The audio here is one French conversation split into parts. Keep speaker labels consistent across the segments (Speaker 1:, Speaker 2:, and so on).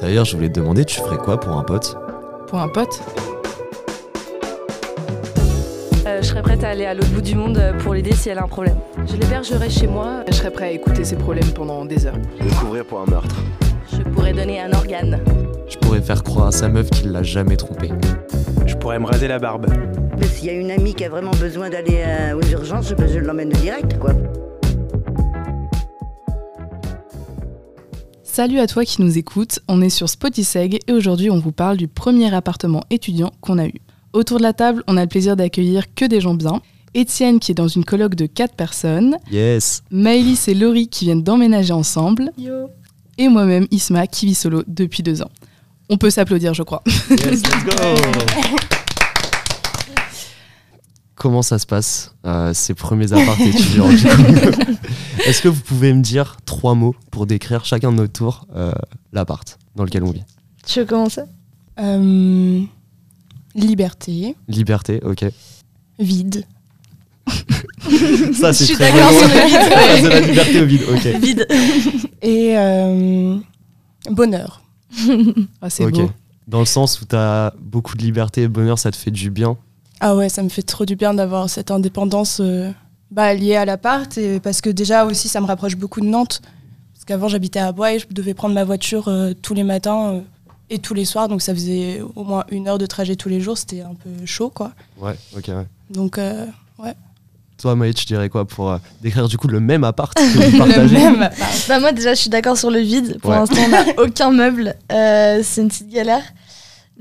Speaker 1: D'ailleurs, je voulais te demander, tu ferais quoi pour un pote
Speaker 2: Pour un pote
Speaker 3: Euh, je serais prête à aller à l'autre bout du monde euh, pour l'aider si elle a un problème. Je l'hébergerai chez moi.
Speaker 2: Je serais prêt à écouter ses problèmes pendant des heures.
Speaker 4: Le couvrir pour un meurtre.
Speaker 3: Je pourrais donner un organe.
Speaker 1: Je pourrais faire croire à sa meuf qu'il l'a jamais trompée.
Speaker 5: Je pourrais me raser la barbe.
Speaker 6: Mais s'il y a une amie qui a vraiment besoin d'aller euh, aux urgences, ben, je l'emmène direct, quoi.
Speaker 2: Salut à toi qui nous écoutes, on est sur Spotiseg et aujourd'hui on vous parle du premier appartement étudiant qu'on a eu. Autour de la table, on a le plaisir d'accueillir que des gens bien. Étienne qui est dans une colloque de 4 personnes,
Speaker 1: Yes
Speaker 2: Maëlys et Laurie qui viennent d'emménager ensemble,
Speaker 3: Yo.
Speaker 2: et moi-même Isma qui vit solo depuis deux ans. On peut s'applaudir je crois.
Speaker 1: Yes, let's go Comment ça se passe, euh, ces premiers apparts étudiants du coup Est-ce que vous pouvez me dire trois mots pour décrire chacun de nos tours euh, l'appart dans lequel on vit
Speaker 7: Tu veux commencer
Speaker 8: Euh, liberté,
Speaker 1: Liberté, ok.
Speaker 8: vide.
Speaker 1: Ça,
Speaker 8: Je
Speaker 1: c'est
Speaker 8: suis
Speaker 1: très
Speaker 8: d'accord
Speaker 1: bon.
Speaker 8: sur le vide, ouais.
Speaker 1: Passer la liberté au vide, ok.
Speaker 3: Vide.
Speaker 8: Et euh, bonheur.
Speaker 2: Ah, c'est
Speaker 1: Ok.
Speaker 2: beau.
Speaker 1: Dans le sens où t'as beaucoup de liberté et de bonheur, ça te fait du bien.
Speaker 8: Ah ouais, ça me fait trop du bien d'avoir cette indépendance euh, bah, liée à l'appart. Et parce que déjà aussi, ça me rapproche beaucoup de Nantes. Parce qu'avant, j'habitais à Bois et je devais prendre ma voiture euh, tous les matins euh, et tous les soirs. Donc ça faisait au moins une heure de trajet tous les jours. C'était un peu chaud, quoi.
Speaker 1: Ouais, ok, ouais.
Speaker 8: Donc euh,
Speaker 1: Toi, Maïd, tu dirais quoi pour euh, décrire du coup le même appart que vous partagez
Speaker 7: Bah moi déjà je suis d'accord sur le vide. Pour
Speaker 1: Ouais.
Speaker 7: l'instant on n'a aucun meuble. Euh, c'est une petite galère.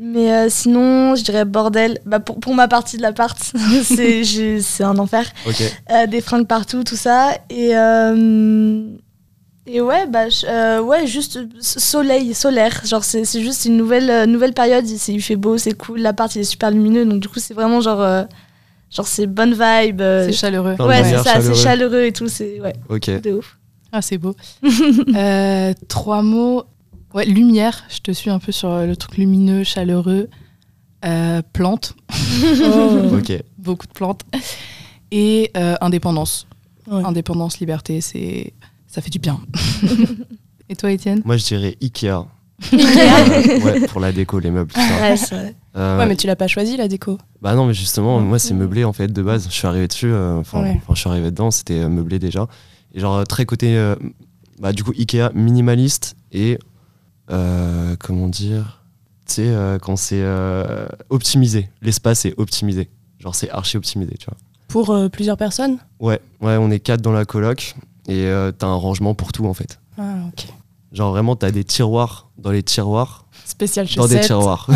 Speaker 7: Mais euh, sinon je dirais bordel. Bah pour, pour ma partie de l'appart c'est j'ai- c'est un enfer.
Speaker 1: Ok.
Speaker 7: Euh, des fringues partout tout ça et euh, et ouais bah je- euh, ouais juste euh, soleil solaire genre c'est c'est juste une nouvelle euh, nouvelle période. Il, c'est- il fait beau c'est cool l'appart il est super lumineux donc du coup c'est vraiment genre euh, genre c'est bonne vibe. euh,
Speaker 2: C'est chaleureux.
Speaker 1: Plein de
Speaker 7: ouais c'est
Speaker 1: lumière,
Speaker 7: ça c'est
Speaker 1: chaleureux.
Speaker 7: chaleureux et tout c'est ouais
Speaker 1: Ok.
Speaker 7: de ouf.
Speaker 2: Ah, c'est beau. Euh, trois mots. Ouais, lumière. Je te suis un peu sur euh, le truc lumineux, chaleureux. Euh, plantes.
Speaker 8: Oh.
Speaker 1: Ok.
Speaker 2: Beaucoup de plantes. Et euh, indépendance.
Speaker 8: Ouais.
Speaker 2: Indépendance, liberté, c'est ça fait du bien. Et toi, Étienne
Speaker 1: Moi, je dirais Ikea. Euh, ouais, pour la déco, les meubles, tout ça.
Speaker 7: Ouais, c'est vrai.
Speaker 1: Euh,
Speaker 8: ouais, mais tu l'as pas choisi la déco.
Speaker 1: Bah non, mais justement, moi, c'est meublé en fait de base. Je suis arrivé dessus, euh, enfin,
Speaker 8: Ouais.
Speaker 1: enfin, je suis arrivé dedans, c'était euh, meublé déjà. Et genre, euh, très côté, euh, bah du coup, Ikea minimaliste et euh, comment dire, tu sais, euh, quand c'est euh, optimisé, l'espace est optimisé. Genre, c'est archi optimisé, tu vois.
Speaker 8: Pour euh, plusieurs personnes
Speaker 1: Ouais, ouais, on est quatre dans la coloc et euh, t'as un rangement pour tout en fait.
Speaker 8: Ah, ok.
Speaker 1: Genre vraiment, t'as des tiroirs dans les tiroirs,
Speaker 8: Spécial
Speaker 1: dans des
Speaker 8: chaussettes.
Speaker 1: tiroirs.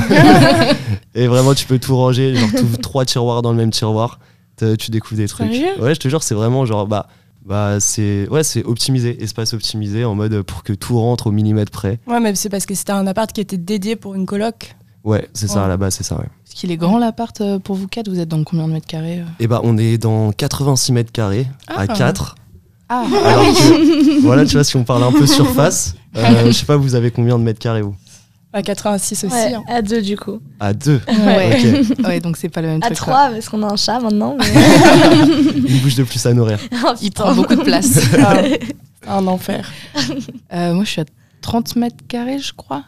Speaker 1: et vraiment, tu peux tout ranger, genre t'ouvres trois tiroirs dans le même tiroir, t'as- tu découvres des trucs.
Speaker 8: Sérieux
Speaker 1: ouais, je te jure, c'est vraiment genre bah bah c'est ouais, c'est optimisé, espace optimisé en mode euh, pour que tout rentre au millimètre près.
Speaker 8: Ouais, mais c'est parce que c'était un appart qui était dédié pour une coloc.
Speaker 1: Ouais, c'est ça
Speaker 8: Ouais.
Speaker 1: là-bas, c'est ça. Ouais.
Speaker 2: Parce qu'il est grand l'appart euh, pour vous quatre. Vous êtes dans combien de mètres carrés euh
Speaker 1: Et bah on est dans 86 mètres carrés à
Speaker 2: Ah.
Speaker 1: 4
Speaker 2: Ah,
Speaker 1: Alors que, voilà, tu vois, si on parle un peu surface, euh, je sais pas, vous avez combien de mètres carrés vous
Speaker 8: À 86 aussi.
Speaker 7: Ouais,
Speaker 8: hein.
Speaker 7: à deux du coup.
Speaker 1: À deux.
Speaker 2: ouais.
Speaker 1: Ok.
Speaker 2: Ouais, donc c'est pas le même
Speaker 7: À
Speaker 2: truc. quoi.
Speaker 7: trois parce qu'on a un chat maintenant. mais-
Speaker 1: Une bouche de plus à nourrir.
Speaker 7: Oh,
Speaker 2: Il
Speaker 7: putain.
Speaker 2: prend beaucoup de place.
Speaker 8: Ah, un enfer.
Speaker 2: Euh, moi, je suis à 30 mètres carrés, je crois.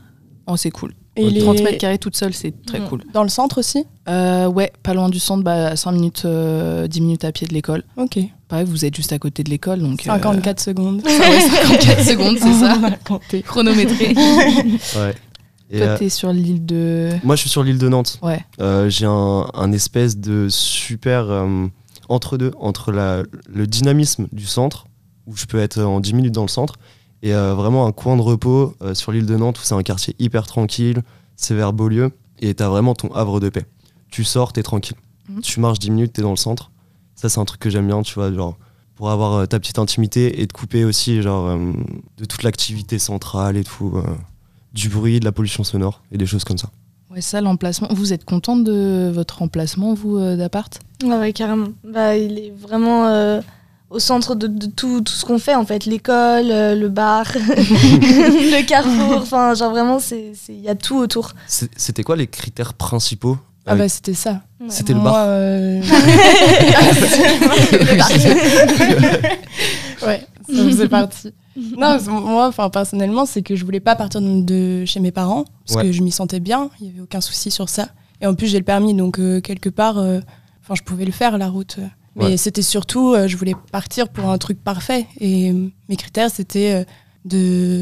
Speaker 2: Oh, c'est cool.
Speaker 8: Et
Speaker 1: Ok.
Speaker 8: il est
Speaker 2: 30 mètres carrés toute seule, c'est très
Speaker 7: Mhm.
Speaker 2: cool.
Speaker 8: dans le centre aussi
Speaker 2: Euh, ouais, pas loin du centre, bah, à 5 minutes, euh, 10 minutes à pied de l'école.
Speaker 8: Ok.
Speaker 2: Pareil, vous êtes juste à côté de l'école, donc... euh,
Speaker 8: 54 secondes.
Speaker 2: ouais, 54 secondes, c'est ça,
Speaker 8: On a compté.
Speaker 2: chronométré.
Speaker 1: Ouais. Et,
Speaker 2: Toi,
Speaker 1: euh,
Speaker 2: t'es sur l'île de...
Speaker 1: moi, je suis sur l'île de Nantes.
Speaker 2: Ouais.
Speaker 1: Euh, J'ai un, un espèce de super euh, entre-deux, entre la- le dynamisme du centre, où je peux être en 10 minutes dans le centre, et euh, vraiment un coin de repos euh, sur l'île de Nantes, où c'est un quartier hyper tranquille, c'est vers Beaulieu, et t'as vraiment ton havre de paix. Tu sors, t'es tranquille.
Speaker 2: Mhm.
Speaker 1: Tu marches 10 minutes, t'es dans le centre. Ça, c'est un truc que j'aime bien, tu vois, genre, pour avoir euh, ta petite intimité et te couper aussi genre, euh, de toute l'activité centrale et tout, euh, du bruit, de la pollution sonore et des choses comme ça.
Speaker 2: Ouais, ça, l'emplacement. Vous êtes contente de votre emplacement, vous, euh, d'appart
Speaker 7: Ah ouais, carrément. Bah, il est vraiment euh, au centre de, de tout, tout ce qu'on fait en fait. L'école, euh, le bar, le carrefour. Enfin, genre vraiment, c'est c'est- il y a tout autour.
Speaker 1: C'est- C'était quoi les critères principaux
Speaker 8: Ah bah c'était ça.
Speaker 1: C'était le
Speaker 8: Moi,
Speaker 1: bar.
Speaker 8: euh,
Speaker 7: Le bar.
Speaker 8: ouais, ça faisait partie. Non, c'est- moi, enfin, personnellement, c'est que je voulais pas partir de, de chez mes parents parce
Speaker 1: Ouais.
Speaker 8: que je m'y sentais bien, il y avait aucun souci sur ça. Et en plus, j'ai le permis, donc euh, quelque part, euh, enfin, je pouvais le faire la route. Mais
Speaker 1: Ouais.
Speaker 8: c'était surtout, euh, je voulais partir pour un truc parfait. Et euh, mes critères, c'était euh,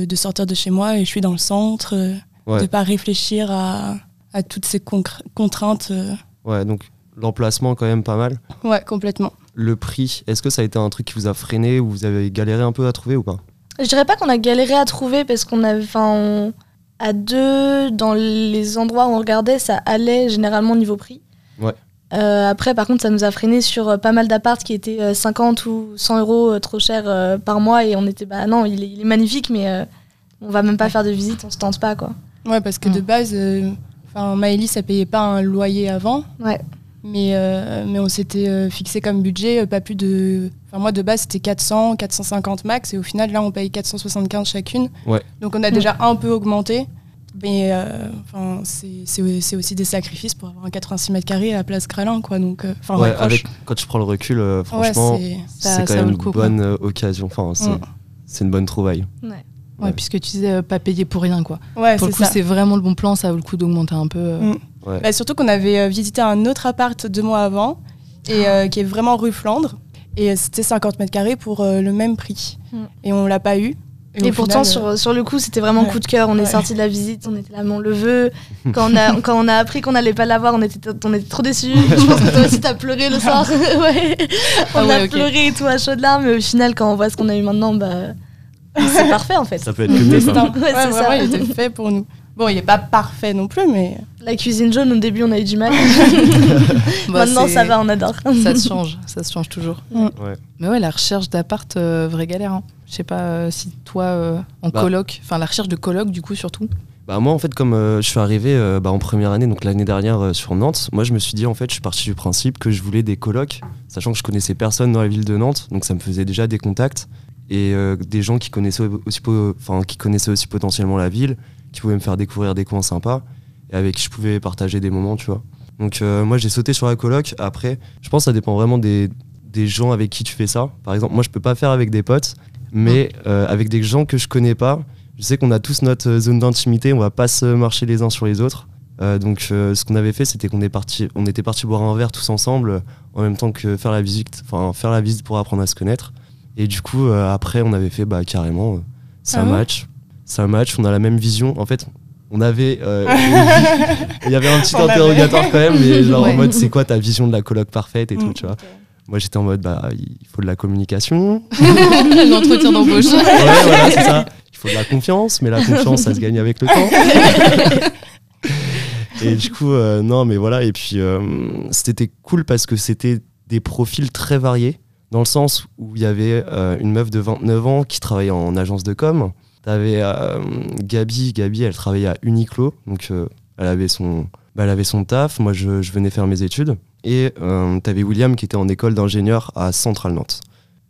Speaker 8: de, de sortir de chez moi et je suis dans le centre, euh,
Speaker 1: Ouais.
Speaker 8: de pas réfléchir à, à toutes ces concr- contraintes. euh.
Speaker 1: Ouais, donc l'emplacement quand même pas mal.
Speaker 8: Ouais, complètement.
Speaker 1: Le prix, est-ce que ça a été un truc qui vous a freiné ou vous avez galéré un peu à trouver ou pas
Speaker 7: Je dirais pas qu'on a galéré à trouver parce qu'on avait, enfin, on- à deux, dans les endroits où on regardait, ça allait généralement niveau prix.
Speaker 1: Ouais.
Speaker 7: Euh, après, par contre, ça nous a freiné sur euh, pas mal d'appartes qui étaient euh, 50 ou 100 euros euh, trop cher euh, par mois et on était, bah non, il est, il est magnifique, mais euh, on va même pas faire de visite, on se tente pas quoi.
Speaker 8: Ouais, parce que
Speaker 2: Mm.
Speaker 8: de base, euh, enfin, Maëlys, ça payait pas un loyer avant.
Speaker 7: Ouais.
Speaker 8: Mais, euh, mais on s'était euh, fixé comme budget, euh, pas plus de. Enfin, moi, de base, c'était 400, 450 max. Et au final, là, on paye 475 chacune.
Speaker 1: Ouais.
Speaker 8: Donc, on a déjà un peu augmenté. Mais euh, enfin, c'est- c'est c'est aussi des sacrifices pour avoir un 86 mètres carrés à la place Kralin, quoi. Donc, euh, enfin,
Speaker 1: Ouais,
Speaker 8: ouais, proche.
Speaker 1: avec, quand tu prends le recul, euh,
Speaker 8: Ouais,
Speaker 1: franchement,
Speaker 8: c'est-
Speaker 2: Ça-
Speaker 1: c'est quand
Speaker 2: ça
Speaker 1: même
Speaker 2: vaut
Speaker 1: une
Speaker 2: le coup,
Speaker 1: bonne euh, occasion. Enfin, c'est
Speaker 8: Mm.
Speaker 1: c'est une bonne trouvaille.
Speaker 2: Ouais,
Speaker 1: Ouais.
Speaker 2: puisque tu disais euh, pas payer pour rien, quoi.
Speaker 8: ouais,
Speaker 2: pour
Speaker 8: c'est
Speaker 2: le coup,
Speaker 8: ça.
Speaker 2: c'est vraiment le bon plan, ça vaut le coup d'augmenter un peu. euh.
Speaker 8: Mm. Bah, surtout qu'on avait euh, visité un autre appart deux mois avant, et euh, qui est vraiment rue Flandre. Et euh, c'était 50 mètres carrés pour euh, le même prix.
Speaker 7: Mm.
Speaker 8: Et on l'a pas eu.
Speaker 7: Et,
Speaker 8: au
Speaker 7: pourtant,
Speaker 8: final, euh,
Speaker 7: sur, sur le coup, c'était vraiment
Speaker 8: Ouais.
Speaker 7: coup de cœur. On est
Speaker 8: Ouais.
Speaker 7: sorti de la visite, on était là, mais on le veut. Quand on a, quand on a appris qu'on n'allait pas l'avoir, on était, on était trop déçus. Je pense que toi aussi, t'as pleuré le soir. ouais. On
Speaker 2: Ah ouais,
Speaker 7: a
Speaker 2: ok.
Speaker 7: pleuré et tout à chaudes larmes. Mais au final, quand on voit ce qu'on a eu maintenant, bah, c'est parfait en fait.
Speaker 1: Ça peut être que mieux.
Speaker 8: destin.
Speaker 1: quoi.
Speaker 8: Ouais,
Speaker 7: Ouais, c'est
Speaker 8: vraiment,
Speaker 7: ça.
Speaker 8: il était fait pour nous. Bon, il est pas parfait non plus, mais
Speaker 7: La cuisine jaune, au début, on a eu du mal.
Speaker 2: Bah,
Speaker 7: maintenant,
Speaker 2: c'est-
Speaker 7: ça va, on adore.
Speaker 2: Ça se change, ça se change toujours.
Speaker 8: Mm.
Speaker 1: Ouais.
Speaker 2: Mais ouais, la recherche d'appart, euh, vraie galère. hein. Je sais pas euh, si toi, euh, en
Speaker 1: Bah.
Speaker 2: coloc, enfin la recherche de coloc, du coup, surtout.
Speaker 1: Bah moi en fait comme euh, je suis arrivé euh, bah, en première année donc l'année dernière euh, sur Nantes, moi je me suis dit en fait je suis parti du principe que je voulais des colocs, sachant que je connaissais personne dans la ville de Nantes, donc ça me faisait déjà des contacts et euh, des gens qui connaissaient aussi po- enfin qui connaissaient aussi potentiellement la ville, qui pouvaient me faire découvrir des coins sympas et avec qui je pouvais partager des moments, tu vois. Donc euh, moi j'ai sauté sur la coloc, après je pense que ça dépend vraiment des des gens avec qui tu fais ça. Par exemple, moi je peux pas faire avec des potes, mais euh, avec des gens que je connais pas, je sais qu'on a tous notre euh, zone d'intimité, on va pas se marcher les uns sur les autres. Euh, donc euh, ce qu'on avait fait, c'était qu'on est parti, on était parti boire un verre tous ensemble, euh, en même temps que faire la visite, enfin faire la visite pour apprendre à se connaître. Et du coup euh, après, on avait fait bah carrément, euh, c'est
Speaker 8: Ah
Speaker 1: un
Speaker 8: ouais
Speaker 1: match, c'est un match, on a la même vision. En fait, on avait, euh, une- il y avait un petit
Speaker 8: On l'avait.
Speaker 1: interrogatoire quand même, mais genre en
Speaker 2: Ouais.
Speaker 1: mode c'est quoi ta vision de la coloc parfaite et tout,
Speaker 8: Mm.
Speaker 1: tu vois. Moi j'étais en mode bah il faut de la communication.
Speaker 2: L'entretien d'embauche.
Speaker 1: Ouais, voilà, c'est ça. Il faut de la confiance, mais la confiance ça se gagne avec le temps. Et du coup euh, non mais voilà et puis euh, c'était cool parce que c'était des profils très variés dans le sens où il y avait euh, une meuf de 29 ans qui travaillait en agence de com. T'avais euh, Gabi, Gabi elle travaillait à Uniqlo donc euh, elle avait son bah, elle avait son taf, moi je, je venais faire mes études. Et euh, t'avais William qui était en école d'ingénieur à Centrale Nantes.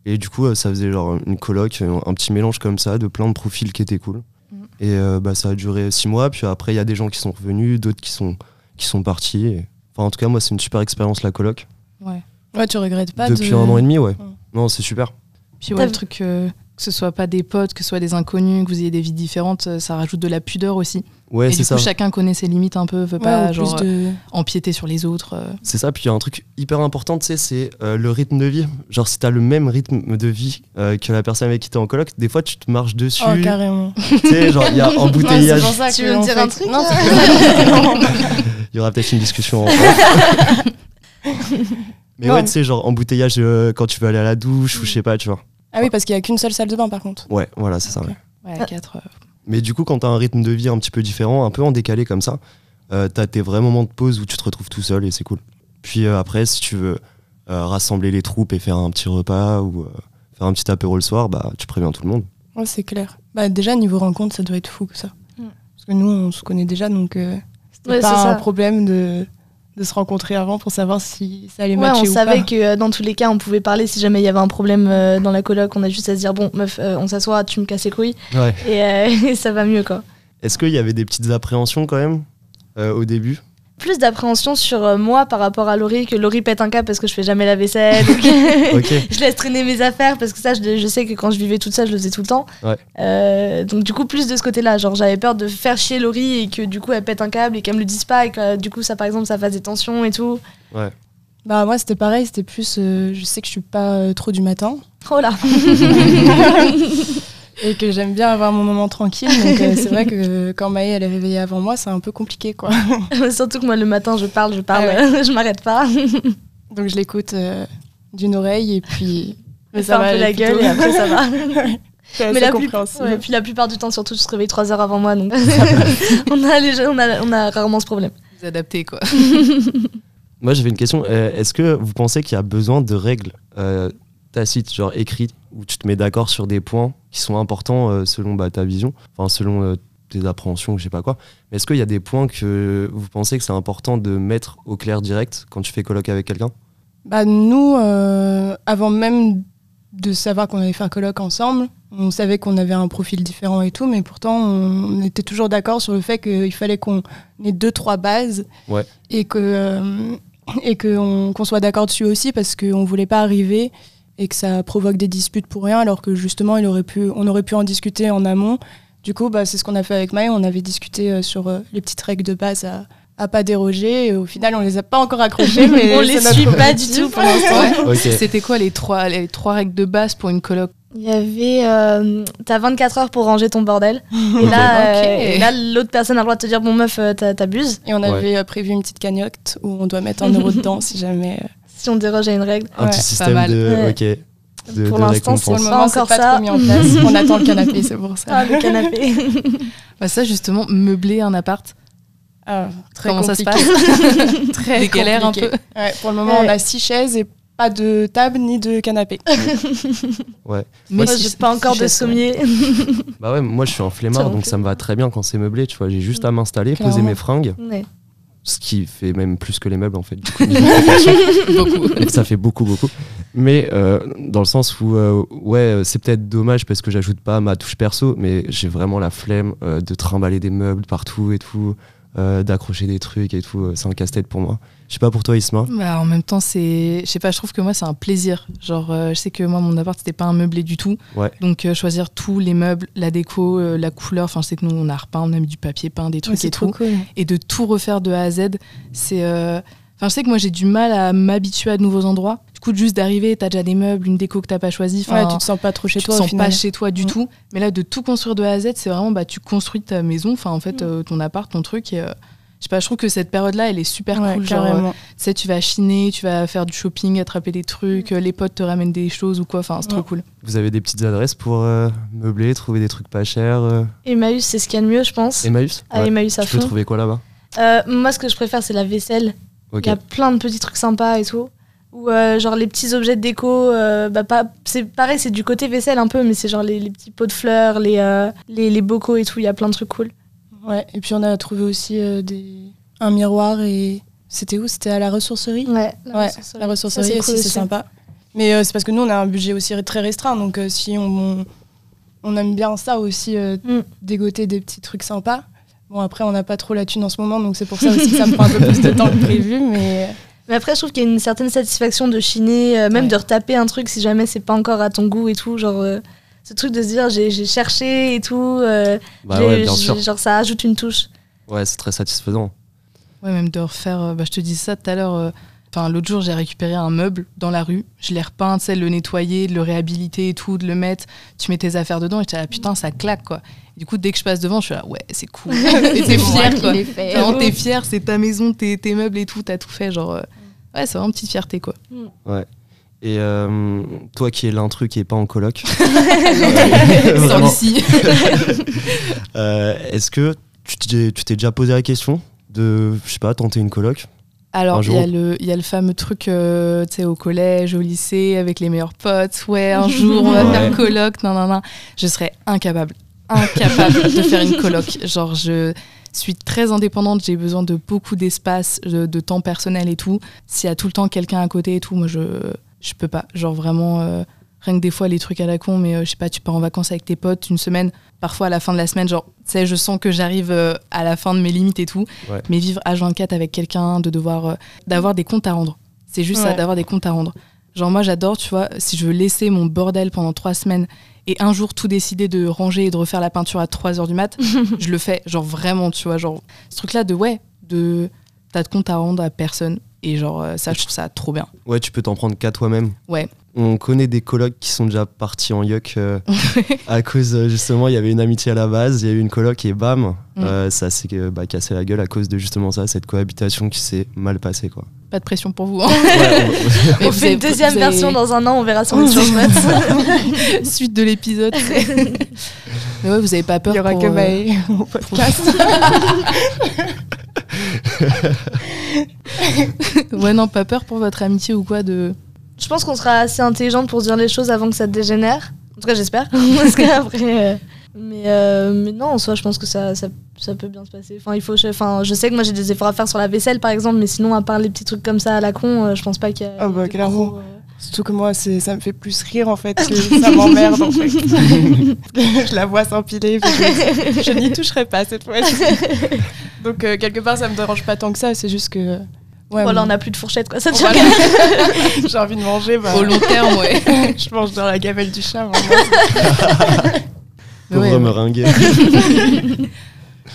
Speaker 1: Et du coup, euh, ça faisait genre une coloc, un un petit mélange comme ça de plein de profils qui étaient cool.
Speaker 8: Mm.
Speaker 1: Et euh, bah, ça a duré six mois, puis après, il y a des gens qui sont revenus, d'autres qui sont, qui sont partis. Et- Enfin, en tout cas, moi, c'est une super expérience la coloc.
Speaker 8: ouais, tu regrettes pas.
Speaker 1: Depuis
Speaker 8: de- Mm.
Speaker 1: un an et demi, ouais.
Speaker 8: Ouais.
Speaker 1: Non, c'est super.
Speaker 2: Puis ouais, le truc, euh, que ce soit pas des potes, que ce soit des inconnus, que vous ayez des vies différentes, euh, ça rajoute de la pudeur aussi.
Speaker 1: Ouais,
Speaker 2: et
Speaker 1: c'est
Speaker 2: du
Speaker 1: ça.
Speaker 2: coup, chacun connaît ses limites un peu, veut
Speaker 8: Ouais,
Speaker 2: pas
Speaker 8: ou
Speaker 2: genre,
Speaker 8: plus de...
Speaker 2: euh, empiéter sur les autres. euh.
Speaker 1: C'est ça, puis il y a un truc hyper important, tu sais, c'est euh, le rythme de vie. Genre, si t'as le même rythme de vie euh, que la personne avec qui t'es en coloc, des fois, tu te marches dessus.
Speaker 8: Oh, carrément.
Speaker 1: tu sais, genre, il y a
Speaker 8: Ouais,
Speaker 1: embouteillage.
Speaker 8: c'est pour ça
Speaker 7: Tu
Speaker 8: que
Speaker 7: veux me dire
Speaker 8: on
Speaker 7: un
Speaker 8: fait-
Speaker 7: truc,
Speaker 8: Non,
Speaker 7: là
Speaker 8: c'est pour ça que-
Speaker 1: Il y aura peut-être une discussion en Mais
Speaker 8: Non,
Speaker 1: ouais,
Speaker 8: mais-
Speaker 1: tu sais, genre embouteillage euh, quand tu veux aller à la douche ou je sais pas, tu vois.
Speaker 8: Ah oui, parce qu'il y a qu'une seule salle de bain, par contre.
Speaker 1: Ouais, voilà, c'est ça.
Speaker 8: Ok.
Speaker 1: ouais.
Speaker 2: Ouais,
Speaker 7: Ah.
Speaker 2: quatre, euh,
Speaker 1: Mais du coup, quand t'as un rythme de vie un petit peu différent, un peu en décalé comme ça, euh, t'as tes vrais moments de pause où tu te retrouves tout seul et c'est cool. Puis euh, après, si tu veux euh, rassembler les troupes et faire un petit repas ou euh, faire un petit apéro le soir, bah tu préviens tout le monde.
Speaker 8: Ouais, c'est clair. Bah, déjà, niveau rencontre, ça doit être fou, ça.
Speaker 7: Mm.
Speaker 8: Parce que nous, on se connaît déjà, donc euh, c'était
Speaker 7: Ouais,
Speaker 8: pas
Speaker 7: c'est
Speaker 8: un
Speaker 7: ça.
Speaker 8: problème de, de se rencontrer avant pour savoir si ça allait
Speaker 7: Ouais,
Speaker 8: matcher
Speaker 7: on
Speaker 8: ou
Speaker 7: savait
Speaker 8: pas.
Speaker 7: que euh, dans tous les cas, on pouvait parler si jamais il y avait un problème euh, dans la coloc. On a juste à se dire bon, meuf, euh, on s'assoit, tu me casses les couilles
Speaker 1: Ouais.
Speaker 7: et, euh, et ça va mieux quoi.
Speaker 1: Est-ce qu'il y avait des petites appréhensions quand même euh, au début
Speaker 7: plus d'appréhension sur euh, moi par rapport à Laurie, que Laurie pète un câble parce que je fais jamais la vaisselle, ou que
Speaker 1: Ok.
Speaker 7: je laisse traîner mes affaires parce que ça, je, je sais que quand je vivais toute seule, je le faisais tout le temps.
Speaker 1: Ouais.
Speaker 7: Euh, donc du coup, plus de ce côté-là, genre j'avais peur de faire chier Laurie et que du coup elle pète un câble et qu'elle me le dise pas et que euh, du coup ça, par exemple, ça fasse des tensions et tout.
Speaker 8: Bah moi c'était pareil, c'était plus euh, je sais que je suis pas euh, trop du matin
Speaker 7: Oh là.
Speaker 8: et que j'aime bien avoir mon moment tranquille. Donc euh, c'est vrai que euh, quand Maë elle est réveillée avant moi, c'est un peu compliqué quoi.
Speaker 7: Surtout que moi le matin, je parle, je parle,
Speaker 8: Ah
Speaker 7: je m'arrête pas.
Speaker 8: Donc je l'écoute euh, d'une oreille et puis
Speaker 7: Mais ça un peu
Speaker 8: elle
Speaker 7: la
Speaker 8: est
Speaker 7: gueule
Speaker 8: plutôt-
Speaker 7: et après ça va.
Speaker 8: C'est assez
Speaker 7: Mais la, plus-
Speaker 8: compréhensible.
Speaker 7: ouais, puis la plupart du temps, surtout, je te réveille trois heures avant moi, donc on, a les- on, a, on a rarement ce problème.
Speaker 2: Vous adaptez quoi.
Speaker 1: Moi, j'avais une question. Euh, Est-ce que vous pensez qu'il y a besoin de règles euh, tacites, genre écrites, où tu te mets d'accord sur des points qui sont importants euh, selon bah, ta vision, enfin selon euh, tes appréhensions ou je sais pas quoi. Mais est-ce qu'il y a des points que vous pensez que c'est important de mettre au clair direct quand tu fais colloque avec quelqu'un
Speaker 8: Bah nous, euh, avant même de savoir qu'on allait faire colloque ensemble, on savait qu'on avait un profil différent et tout, mais pourtant on, on était toujours d'accord sur le fait qu'il fallait qu'on ait deux trois bases
Speaker 1: Ouais.
Speaker 8: et que euh, et que on- qu'on soit d'accord dessus aussi parce qu'on voulait pas arriver et que ça provoque des disputes pour rien alors que justement il aurait pu on aurait pu en discuter en amont. Du coup bah c'est ce qu'on a fait avec Maï, on avait discuté euh, sur euh, les petites règles de base à à pas déroger et au final on les a pas encore accrochées mais
Speaker 7: on
Speaker 8: c'est
Speaker 7: les
Speaker 8: notre
Speaker 7: suit pas du
Speaker 8: objectif.
Speaker 7: tout pour l'instant.
Speaker 1: Ok.
Speaker 2: C'était quoi les trois, les trois règles de base pour une coloc
Speaker 7: Il y avait. euh, t'as 24 heures pour ranger ton bordel. Et là,
Speaker 2: Ok.
Speaker 7: euh, et là, l'autre personne a le droit de te dire Bon, meuf, euh, t'as- t'abuses.
Speaker 8: Et on avait euh, prévu une petite cagnotte où on doit mettre un euro dedans si jamais. euh,
Speaker 7: Si on déroge à une règle.
Speaker 1: Un
Speaker 8: Ouais,
Speaker 1: petit
Speaker 8: pas
Speaker 1: système
Speaker 2: mal.
Speaker 1: de,
Speaker 7: Ouais.
Speaker 1: ok, de,
Speaker 7: Pour
Speaker 1: de
Speaker 7: l'instant,
Speaker 8: Pour
Speaker 1: récompense.
Speaker 8: le
Speaker 7: Pas
Speaker 8: moment, c'est
Speaker 7: encore
Speaker 8: pas
Speaker 7: ça.
Speaker 8: trop mis en place. on attend le canapé, c'est pour ça.
Speaker 7: Ah, le canapé.
Speaker 2: Bah ça justement, meubler un appart,
Speaker 8: Ah, très
Speaker 2: comment ça se
Speaker 8: compliqué.
Speaker 2: passe
Speaker 8: Très
Speaker 2: Des galères un peu.
Speaker 8: compliqué. Ouais, pour le moment,
Speaker 7: Ouais.
Speaker 8: on a six chaises et pas de table ni de canapé.
Speaker 2: Ah, Mais
Speaker 7: Moi,
Speaker 2: si-
Speaker 7: j'ai pas encore
Speaker 2: si
Speaker 7: de
Speaker 2: je-
Speaker 7: sommier.
Speaker 1: Bah ouais, moi je suis un
Speaker 7: Ça
Speaker 1: flemmard,
Speaker 7: va
Speaker 1: donc
Speaker 7: plus.
Speaker 1: ça me va très bien quand c'est meublé, tu vois. J'ai juste à m'installer, poser
Speaker 8: Clairement.
Speaker 1: mes fringues,
Speaker 7: Ouais.
Speaker 1: ce qui fait même plus que les meubles en fait. Du coup,
Speaker 2: Beaucoup.
Speaker 1: ça fait beaucoup, beaucoup. Mais euh, dans le sens où, euh, ouais, euh, c'est peut-être dommage parce que j'ajoute pas ma touche perso, mais j'ai vraiment la flemme euh, de trimballer des meubles partout et tout, euh, d'accrocher des trucs et tout. euh, C'est un casse-tête pour moi. Je sais pas pour toi, Isma.
Speaker 2: Bah, en même temps, c'est, je sais pas, je trouve que moi c'est un plaisir. Genre, euh, je sais que moi mon appart c'était pas un meublé du tout.
Speaker 1: Ouais.
Speaker 2: Donc euh, choisir tous les meubles, la déco, euh, la couleur. Enfin, je sais que nous on a repeint, on a mis du papier peint, des trucs et tout.
Speaker 8: cool.
Speaker 2: Et de tout refaire de A à Z, c'est. euh, Enfin, je sais que moi j'ai du mal à m'habituer à de nouveaux endroits. Du coup, juste d'arriver, t'as déjà des meubles, une déco que t'as pas choisie. Enfin,
Speaker 8: Ouais, tu te sens pas trop chez
Speaker 2: tu
Speaker 8: toi.
Speaker 2: te
Speaker 8: au
Speaker 2: sens
Speaker 8: final.
Speaker 2: pas chez toi du
Speaker 8: Mm.
Speaker 2: tout. Mais là, de tout construire de A à Z, c'est vraiment bah tu construis ta maison. Enfin, en fait,
Speaker 7: Mm.
Speaker 2: euh, ton appart, ton truc. Et, euh, je sais pas, je trouve que cette période-là, elle est super
Speaker 8: Ouais,
Speaker 2: cool. Genre, euh,
Speaker 8: carrément.
Speaker 2: tu sais, tu vas chiner, tu vas faire du shopping, attraper des trucs, euh, les potes te ramènent des choses ou quoi. Enfin, c'est trop
Speaker 8: Ouais.
Speaker 2: cool.
Speaker 1: Vous avez des petites adresses pour euh, meubler, trouver des trucs pas chers euh,
Speaker 7: Emmaüs, c'est ce qu'il y a de mieux, je pense.
Speaker 1: Emmaüs
Speaker 7: Ah,
Speaker 1: Ouais.
Speaker 7: Emmaüs à
Speaker 1: Tu peux
Speaker 7: fond.
Speaker 1: trouver quoi là-bas
Speaker 7: Euh, moi, ce que je préfère, c'est la vaisselle.
Speaker 1: Ok.
Speaker 7: Il y a plein de petits trucs sympas et tout. Ou euh, genre les petits objets de déco, euh, bah pas, c'est pareil, c'est du côté vaisselle un peu, mais c'est genre les, les petits pots de fleurs, les, euh, les, les bocaux et tout, il y a plein de trucs cool.
Speaker 8: Ouais. Et puis on a trouvé aussi euh, des... un miroir et c'était où C'était à la ressourcerie.
Speaker 7: Ouais,
Speaker 8: Ouais, la ressourcerie
Speaker 7: Ça, c'est
Speaker 8: aussi,
Speaker 7: cool
Speaker 8: c'est sympa. Mais euh, c'est parce que nous, on a un budget aussi très restreint. Donc, euh, si on, on aime bien ça aussi, euh,
Speaker 7: Mm.
Speaker 8: dégoter des petits trucs sympas. Bon, après, on n'a pas trop la thune en ce moment, donc c'est pour ça aussi que ça me prend un peu plus de temps que prévu. Mais
Speaker 7: Mais après, je trouve qu'il y a une certaine satisfaction de chiner, euh, même
Speaker 8: Ouais.
Speaker 7: de retaper un truc si jamais c'est pas encore à ton goût et tout. Genre euh, ce truc de se dire j'ai j'ai cherché et tout, euh,
Speaker 1: Bah
Speaker 7: j'ai-
Speaker 1: ouais, bien
Speaker 7: j'ai-
Speaker 1: sûr.
Speaker 7: genre ça ajoute une touche.
Speaker 1: Ouais, c'est très satisfaisant.
Speaker 2: Ouais, même de refaire. euh, bah, je te dis ça tout à l'heure. euh, Enfin, l'autre jour, j'ai récupéré un meuble dans la rue. Je l'ai repeint, tu sais, de le nettoyer, de le réhabiliter et tout, de le mettre. Tu mets tes affaires dedans et tu là, putain, ça claque quoi. Et du coup, dès que je passe devant, je suis là, ouais, c'est cool. et t'es fier quoi. Vraiment, t'es fier, c'est ta maison, tes, tes meubles et tout, t'as tout fait. Genre, euh, ouais, c'est vraiment une petite fierté quoi.
Speaker 1: Et euh, toi qui es l'intrus qui est pas en coloc,
Speaker 2: Sans
Speaker 1: Vraiment.
Speaker 2: ici.
Speaker 1: euh, est-ce que tu t'es tu t'es déjà posé la question de, je sais pas, tenter une coloc Un
Speaker 2: Alors, il y, a
Speaker 1: jour.
Speaker 2: le- il y a le fameux truc, euh, tu sais, au collège, au lycée, avec les meilleurs potes. Ouais, un jour, on va
Speaker 1: Ouais.
Speaker 2: faire colloque. Non, non, non. Je serais incapable, incapable de faire une colloque. Genre, je suis très indépendante. J'ai besoin de beaucoup d'espace, de, de temps personnel et tout. S'il y a tout le temps quelqu'un à côté et tout, moi, je, je peux pas. Genre, vraiment, euh, Rien que des fois, les trucs à la con, mais euh, je sais pas, tu pars en vacances avec tes potes une semaine, parfois à la fin de la semaine, genre, tu sais, je sens que j'arrive euh, à la fin de mes limites et tout.
Speaker 1: Ouais.
Speaker 2: Mais vivre H24 avec quelqu'un, de devoir. euh, d'avoir des comptes à rendre. C'est juste ça,
Speaker 8: Ouais.
Speaker 2: d'avoir des comptes à rendre. Genre, moi, j'adore, tu vois, si je veux laisser mon bordel pendant trois semaines et un jour tout décider de ranger et de refaire la peinture à 3 heures du mat, je le fais. Genre, vraiment, tu vois, genre, ce truc-là de ouais, de. T'as de compte à rendre à personne. Et genre, euh, ça, je trouve ça trop bien.
Speaker 1: Ouais, tu peux t'en prendre qu'à toi-même.
Speaker 2: Ouais.
Speaker 1: On connaît des colocs qui sont déjà partis en yuck euh, à cause, euh, justement, il y avait une amitié à la base, il y a eu une coloc et bam,
Speaker 2: Mm.
Speaker 1: euh, ça s'est euh, bah, cassé la gueule à cause de justement ça, cette cohabitation qui s'est mal passée, quoi.
Speaker 2: Pas de pression pour vous. hein.
Speaker 1: Ouais, on-
Speaker 2: Mais
Speaker 7: On
Speaker 2: vous
Speaker 7: fait
Speaker 2: avez-
Speaker 7: une deuxième
Speaker 2: vous avez-
Speaker 7: version dans un an, on verra si on est toujours maths.
Speaker 2: Suite de l'épisode. Mais ouais, vous avez pas peur.
Speaker 8: Il y aura
Speaker 2: pour,
Speaker 8: que
Speaker 2: euh,
Speaker 8: Maë au podcast.
Speaker 2: Ouais, non, pas peur pour votre amitié ou quoi de.
Speaker 7: Je pense qu'on sera assez intelligente pour se dire les choses avant que ça dégénère. En tout cas, j'espère. Parce qu'après. euh, Mais, euh, mais non, en soi, je pense que ça, ça, ça peut bien se passer. Enfin, il faut, je, enfin, je sais que moi, j'ai des efforts à faire sur la vaisselle, par exemple, mais sinon, à part les petits trucs comme ça à la con, euh, je pense pas qu'il y a.
Speaker 8: Ah bah,
Speaker 7: de
Speaker 8: clairement.
Speaker 7: gros, euh,
Speaker 8: Surtout que moi, c'est- ça me fait plus rire en fait que ça m'emmerde en fait. je la vois s'empiler, puis je me dis, je n'y toucherai pas cette fois. Donc euh, quelque part, ça me dérange pas tant que ça. C'est juste que ouais,
Speaker 7: Voilà, on
Speaker 8: bon,
Speaker 7: n'a plus de fourchette, quoi. Ça te
Speaker 8: voilà. j'ai envie de manger. bah,
Speaker 2: Au long terme, ouais.
Speaker 8: je mange dans la gamelle du chat. vraiment.
Speaker 2: Mais
Speaker 1: Pauvre
Speaker 2: ouais,
Speaker 1: meringue.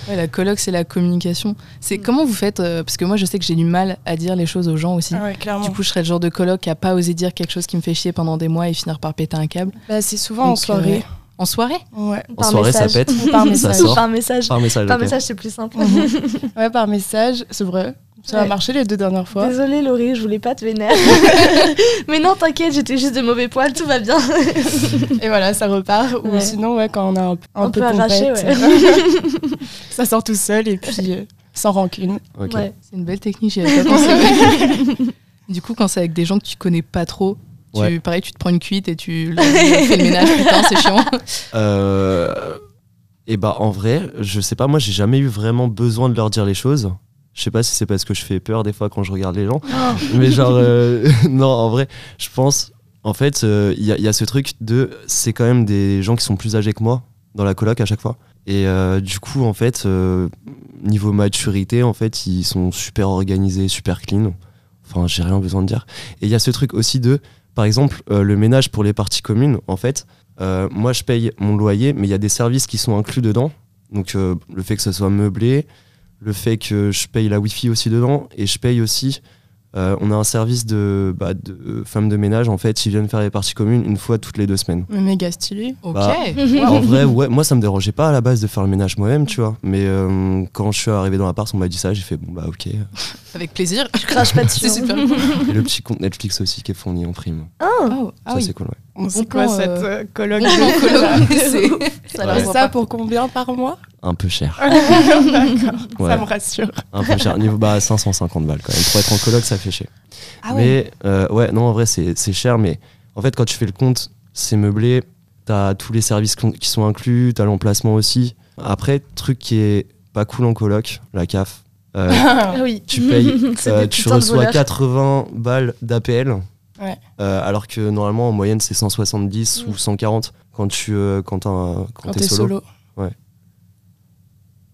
Speaker 2: ouais, la colloque, c'est la communication. C'est comment vous faites euh, Parce que moi, je sais que j'ai du mal à dire les choses aux gens aussi.
Speaker 8: Ah ouais, clairement.
Speaker 2: Du coup, je serais le genre de coloc à pas oser dire quelque chose qui me fait chier pendant des mois et finir par péter un câble.
Speaker 8: Bah, c'est souvent en
Speaker 2: Donc,
Speaker 8: soirée.
Speaker 2: En soirée
Speaker 8: Ouais.
Speaker 1: En soirée, ça Ah, pète.
Speaker 8: Ou par message.
Speaker 1: sort. Ah,
Speaker 7: Par message.
Speaker 1: Par message,
Speaker 7: Par
Speaker 1: ok.
Speaker 7: message, c'est plus simple.
Speaker 8: ouais, par message, c'est vrai. Ça
Speaker 7: Ouais.
Speaker 8: a marché les deux dernières fois.
Speaker 7: Désolée Laurie, je voulais pas te vénère. mais non, t'inquiète, j'étais juste de mauvais poil, tout va bien.
Speaker 8: Et voilà, ça repart.
Speaker 7: Ouais.
Speaker 8: Ou sinon, ouais, quand on a un, p- un
Speaker 7: Un
Speaker 8: peu,
Speaker 7: peu arraché,
Speaker 8: pompette, ça sort tout seul et puis euh, sans rancune.
Speaker 1: Ok.
Speaker 7: Ouais.
Speaker 2: C'est une belle technique, j'y avais pas pensé. du coup, quand c'est avec des gens que tu connais pas trop, tu,
Speaker 1: Ouais.
Speaker 2: pareil, tu te prends une cuite et tu leur fais le ménage, putain, c'est chiant.
Speaker 1: et bah en vrai, je sais pas, moi j'ai jamais eu vraiment besoin de leur dire les choses. Je sais pas si c'est parce que je fais peur des fois quand je regarde les gens, mais genre euh, non en vrai, je pense en fait euh, il y, a- il y a ce truc de c'est quand même des gens qui sont plus âgés que moi dans la coloc à chaque fois et euh, du coup en fait euh, niveau maturité en fait ils sont super organisés, super clean. Enfin j'ai rien besoin de dire. Et il y a ce truc aussi de par exemple euh, le ménage pour les parties communes en fait euh, moi, je paye mon loyer, mais il y a des services qui sont inclus dedans. Donc, euh, le fait que ça soit meublé, le fait que je paye la Wi-Fi aussi dedans, et je paye aussi. euh, on a un service de, bah, de euh, femmes de ménage, en fait, ils viennent faire les parties communes une fois toutes les deux semaines.
Speaker 8: Mais Méga stylé.
Speaker 2: Ok.
Speaker 1: Bah, En vrai, ouais, moi, ça me dérangeait pas à la base de faire le ménage moi-même, tu vois. Mais euh, quand je suis arrivé dans l'appart, on m'a dit ça, j'ai fait bon, bah, ok. Et
Speaker 2: Avec plaisir. Mmh.
Speaker 7: Je crache pas dessus.
Speaker 2: C'est
Speaker 3: hein.
Speaker 2: super cool.
Speaker 1: le petit compte Netflix aussi qui est fourni en prime.
Speaker 2: Oh, ah
Speaker 1: ça,
Speaker 2: oui.
Speaker 1: c'est cool, ouais.
Speaker 8: On sait
Speaker 2: plan,
Speaker 8: quoi cette
Speaker 2: euh,
Speaker 8: euh, colloque
Speaker 2: Bon plan
Speaker 8: de-
Speaker 2: colloque, c'est-
Speaker 7: Ça
Speaker 1: Ouais.
Speaker 7: leur
Speaker 8: Et
Speaker 7: voit
Speaker 8: ça
Speaker 7: pas.
Speaker 8: pour combien par mois
Speaker 1: Un peu cher. Ouais.
Speaker 8: Ça me rassure.
Speaker 1: Un peu cher. Niveau bah, 550 balles quand même. Pour être en coloc, ça fait chier.
Speaker 8: Ah
Speaker 1: mais euh, ouais, non, en vrai, c'est c'est cher, mais en fait, quand tu fais le compte, c'est meublé, t'as tous les services qu'on- qui sont inclus, t'as l'emplacement aussi. Après, truc qui est pas cool en coloc, la CAF. euh,
Speaker 7: Ah oui.
Speaker 1: tu payes,
Speaker 7: C'est
Speaker 1: euh,
Speaker 7: des
Speaker 1: tu
Speaker 7: putains de
Speaker 1: reçois
Speaker 7: voleurs.
Speaker 1: 80 balles d'APL,
Speaker 8: Ouais.
Speaker 1: euh, alors que normalement, en moyenne, c'est 170 ou 140 quand tu euh, quand, t'as un- quand
Speaker 8: Quand
Speaker 1: t'es
Speaker 8: t'es
Speaker 1: solo.
Speaker 8: solo.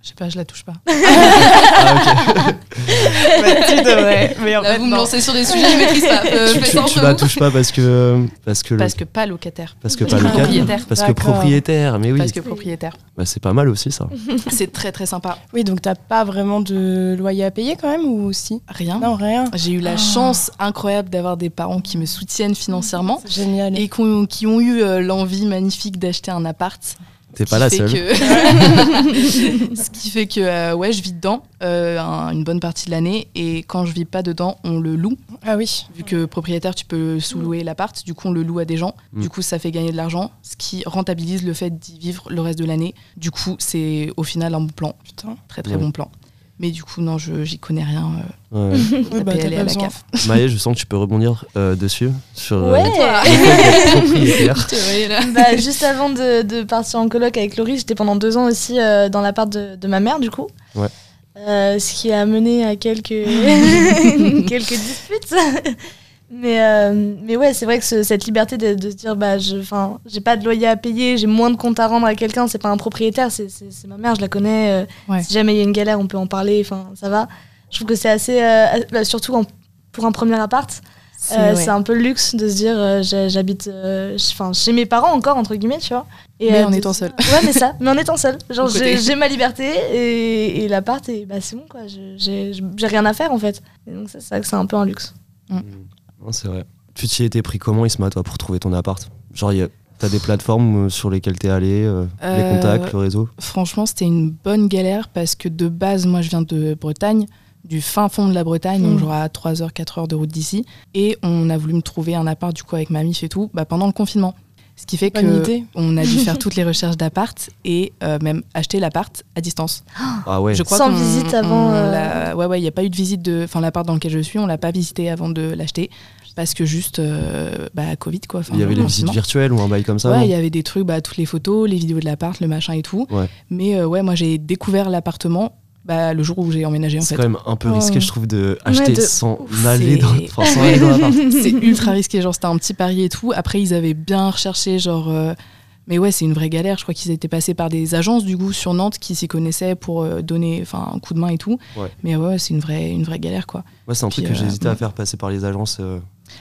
Speaker 2: Je sais pas, je la touche pas. Ah, Bah,
Speaker 8: tu devrais. Mais en
Speaker 2: Là,
Speaker 8: fait,
Speaker 2: vous me
Speaker 8: non.
Speaker 2: lancez sur des sujets, je maîtrise pas. Euh, je
Speaker 1: Tu,
Speaker 2: fais
Speaker 1: tu, tu
Speaker 2: ça entre
Speaker 1: la
Speaker 2: vous.
Speaker 1: touches pas parce que parce que le-
Speaker 2: Parce que pas locataire.
Speaker 1: parce que
Speaker 2: parce
Speaker 1: pas
Speaker 2: que
Speaker 1: le cadre,
Speaker 2: propriétaire.
Speaker 1: parce que
Speaker 8: D'accord.
Speaker 1: propriétaire, mais oui,
Speaker 2: Parce que propriétaire.
Speaker 1: Bah, c'est pas mal aussi ça.
Speaker 2: C'est très très sympa.
Speaker 8: Oui, donc t'as pas vraiment de loyer à payer quand même ou si
Speaker 2: Rien.
Speaker 8: Non, rien.
Speaker 2: J'ai eu la
Speaker 8: Ah.
Speaker 2: chance incroyable d'avoir des parents qui me soutiennent financièrement
Speaker 8: C'est génial.
Speaker 2: et qui ont, qui ont eu euh, l'envie magnifique d'acheter un appart.
Speaker 1: T'es
Speaker 2: Ce
Speaker 1: pas
Speaker 2: qui
Speaker 1: la
Speaker 2: fait
Speaker 1: seule.
Speaker 2: que- ce qui fait que euh, ouais, je vis dedans euh, un- une bonne partie de l'année et quand je vis pas dedans, on le loue.
Speaker 8: Ah oui.
Speaker 2: Vu que propriétaire, tu peux sous-louer l'appart, du coup on le loue à des gens,
Speaker 1: Mm.
Speaker 2: du coup ça fait gagner de l'argent, ce qui rentabilise le fait d'y vivre le reste de l'année. Du coup c'est au final un bon plan,
Speaker 8: Putain.
Speaker 2: très très
Speaker 1: Ouais.
Speaker 2: bon plan. Mais du coup non, je j'y connais rien. euh,
Speaker 1: Ouais.
Speaker 8: Oui, bah,
Speaker 2: PL
Speaker 8: t'as
Speaker 2: et
Speaker 8: pas
Speaker 2: à la
Speaker 8: besoin.
Speaker 2: CAF.
Speaker 1: Maë, je sens que tu peux rebondir euh, dessus sur euh,
Speaker 7: Ouais.
Speaker 1: les propriétaires.
Speaker 7: Bah, juste avant de, de partir en coloc avec Laurie, j'étais pendant deux ans aussi euh, dans l'appart de, de ma mère, du coup.
Speaker 1: Ouais.
Speaker 7: Euh, ce qui a mené à quelques, quelques disputes. Mais, euh, mais ouais, c'est vrai que ce- cette liberté de, de se dire, bah, je, 'fin, j'ai pas de loyer à payer, j'ai moins de compte à rendre à quelqu'un, c'est pas un propriétaire, c'est, c'est, c'est ma mère, je la connais. euh,
Speaker 2: Ouais.
Speaker 7: Si jamais il y a une galère, on peut en parler, enfin, ça va. Je trouve que c'est assez, euh, as- bah, surtout en- pour un premier appart,
Speaker 2: C'est
Speaker 7: euh, c'est,
Speaker 2: ouais.
Speaker 7: un peu le luxe de se dire, euh, j'ai- j'habite euh, ch- 'fin, chez mes parents encore, entre guillemets, tu vois. Et,
Speaker 2: Mais
Speaker 7: euh,
Speaker 2: en
Speaker 7: de-
Speaker 2: étant seul.
Speaker 7: Ouais, mais ça, mais en étant seul. Genre,
Speaker 2: Au côté.
Speaker 7: j'ai, j'ai ma liberté et, et l'appart, et bah, c'est bon, quoi. Je- j'ai, j'ai rien à faire, en fait. Et donc, ça, c'est vrai que c'est un peu un luxe.
Speaker 1: Non, c'est vrai. Tu t'y étais pris comment, Isma, toi, pour trouver ton appart Genre, y a- t'as des plateformes euh, sur lesquelles t'es allé, euh,
Speaker 2: Euh,
Speaker 1: les contacts, le réseau
Speaker 2: Franchement, c'était une bonne galère parce que de base, moi, je viens de Bretagne, du fin fond de la Bretagne,
Speaker 7: Mm.
Speaker 2: donc genre à 3 heures, 4 heures de route d'ici. Et on a voulu me trouver un appart, du coup, avec ma mif et tout, bah, pendant le confinement. Ce qui fait
Speaker 8: Bonne
Speaker 2: que
Speaker 8: idée.
Speaker 2: on a dû faire toutes les recherches d'appart et euh, même acheter l'appart à distance.
Speaker 1: Ah ouais,
Speaker 2: Je crois
Speaker 7: Sans
Speaker 2: qu'on-
Speaker 7: visite
Speaker 2: on
Speaker 7: avant, euh,
Speaker 2: l'a- Ouais, ouais, il n'y a pas eu de visite de. Enfin, l'appart dans lequel je suis, on l'a pas visité avant de l'acheter parce que juste, euh, bah, Covid quoi. Enfin,
Speaker 1: il y avait
Speaker 2: le
Speaker 1: les visites
Speaker 2: confinement.
Speaker 1: virtuelles ou un bail comme ça non
Speaker 2: Ouais, il y avait des trucs, bah, toutes les photos, les vidéos de l'appart, le machin et tout.
Speaker 1: Ouais.
Speaker 2: Mais euh, ouais, moi j'ai découvert l'appartement bah, le jour où j'ai emménagé en
Speaker 1: C'est
Speaker 2: fait.
Speaker 1: quand même un peu
Speaker 8: Ouais.
Speaker 1: risqué, je trouve, de acheter
Speaker 7: de
Speaker 1: sans
Speaker 2: ouf,
Speaker 1: aller dans,
Speaker 2: c'est-
Speaker 1: enfin, sans aller dans l'appart.
Speaker 2: C'est ultra risqué, genre c'était un petit pari et tout. Après, ils avaient bien recherché, genre. euh, Mais ouais, c'est une vraie galère. Je crois qu'ils étaient passés par des agences du coup sur Nantes qui s'y connaissaient pour euh, donner enfin, un coup de main et tout.
Speaker 1: Ouais.
Speaker 2: Mais ouais, c'est une vraie, une vraie galère quoi.
Speaker 1: Moi, c'est un
Speaker 2: Puis,
Speaker 1: truc que
Speaker 2: euh,
Speaker 1: j'hésitais
Speaker 2: ouais.
Speaker 1: à faire passer par les agences. euh,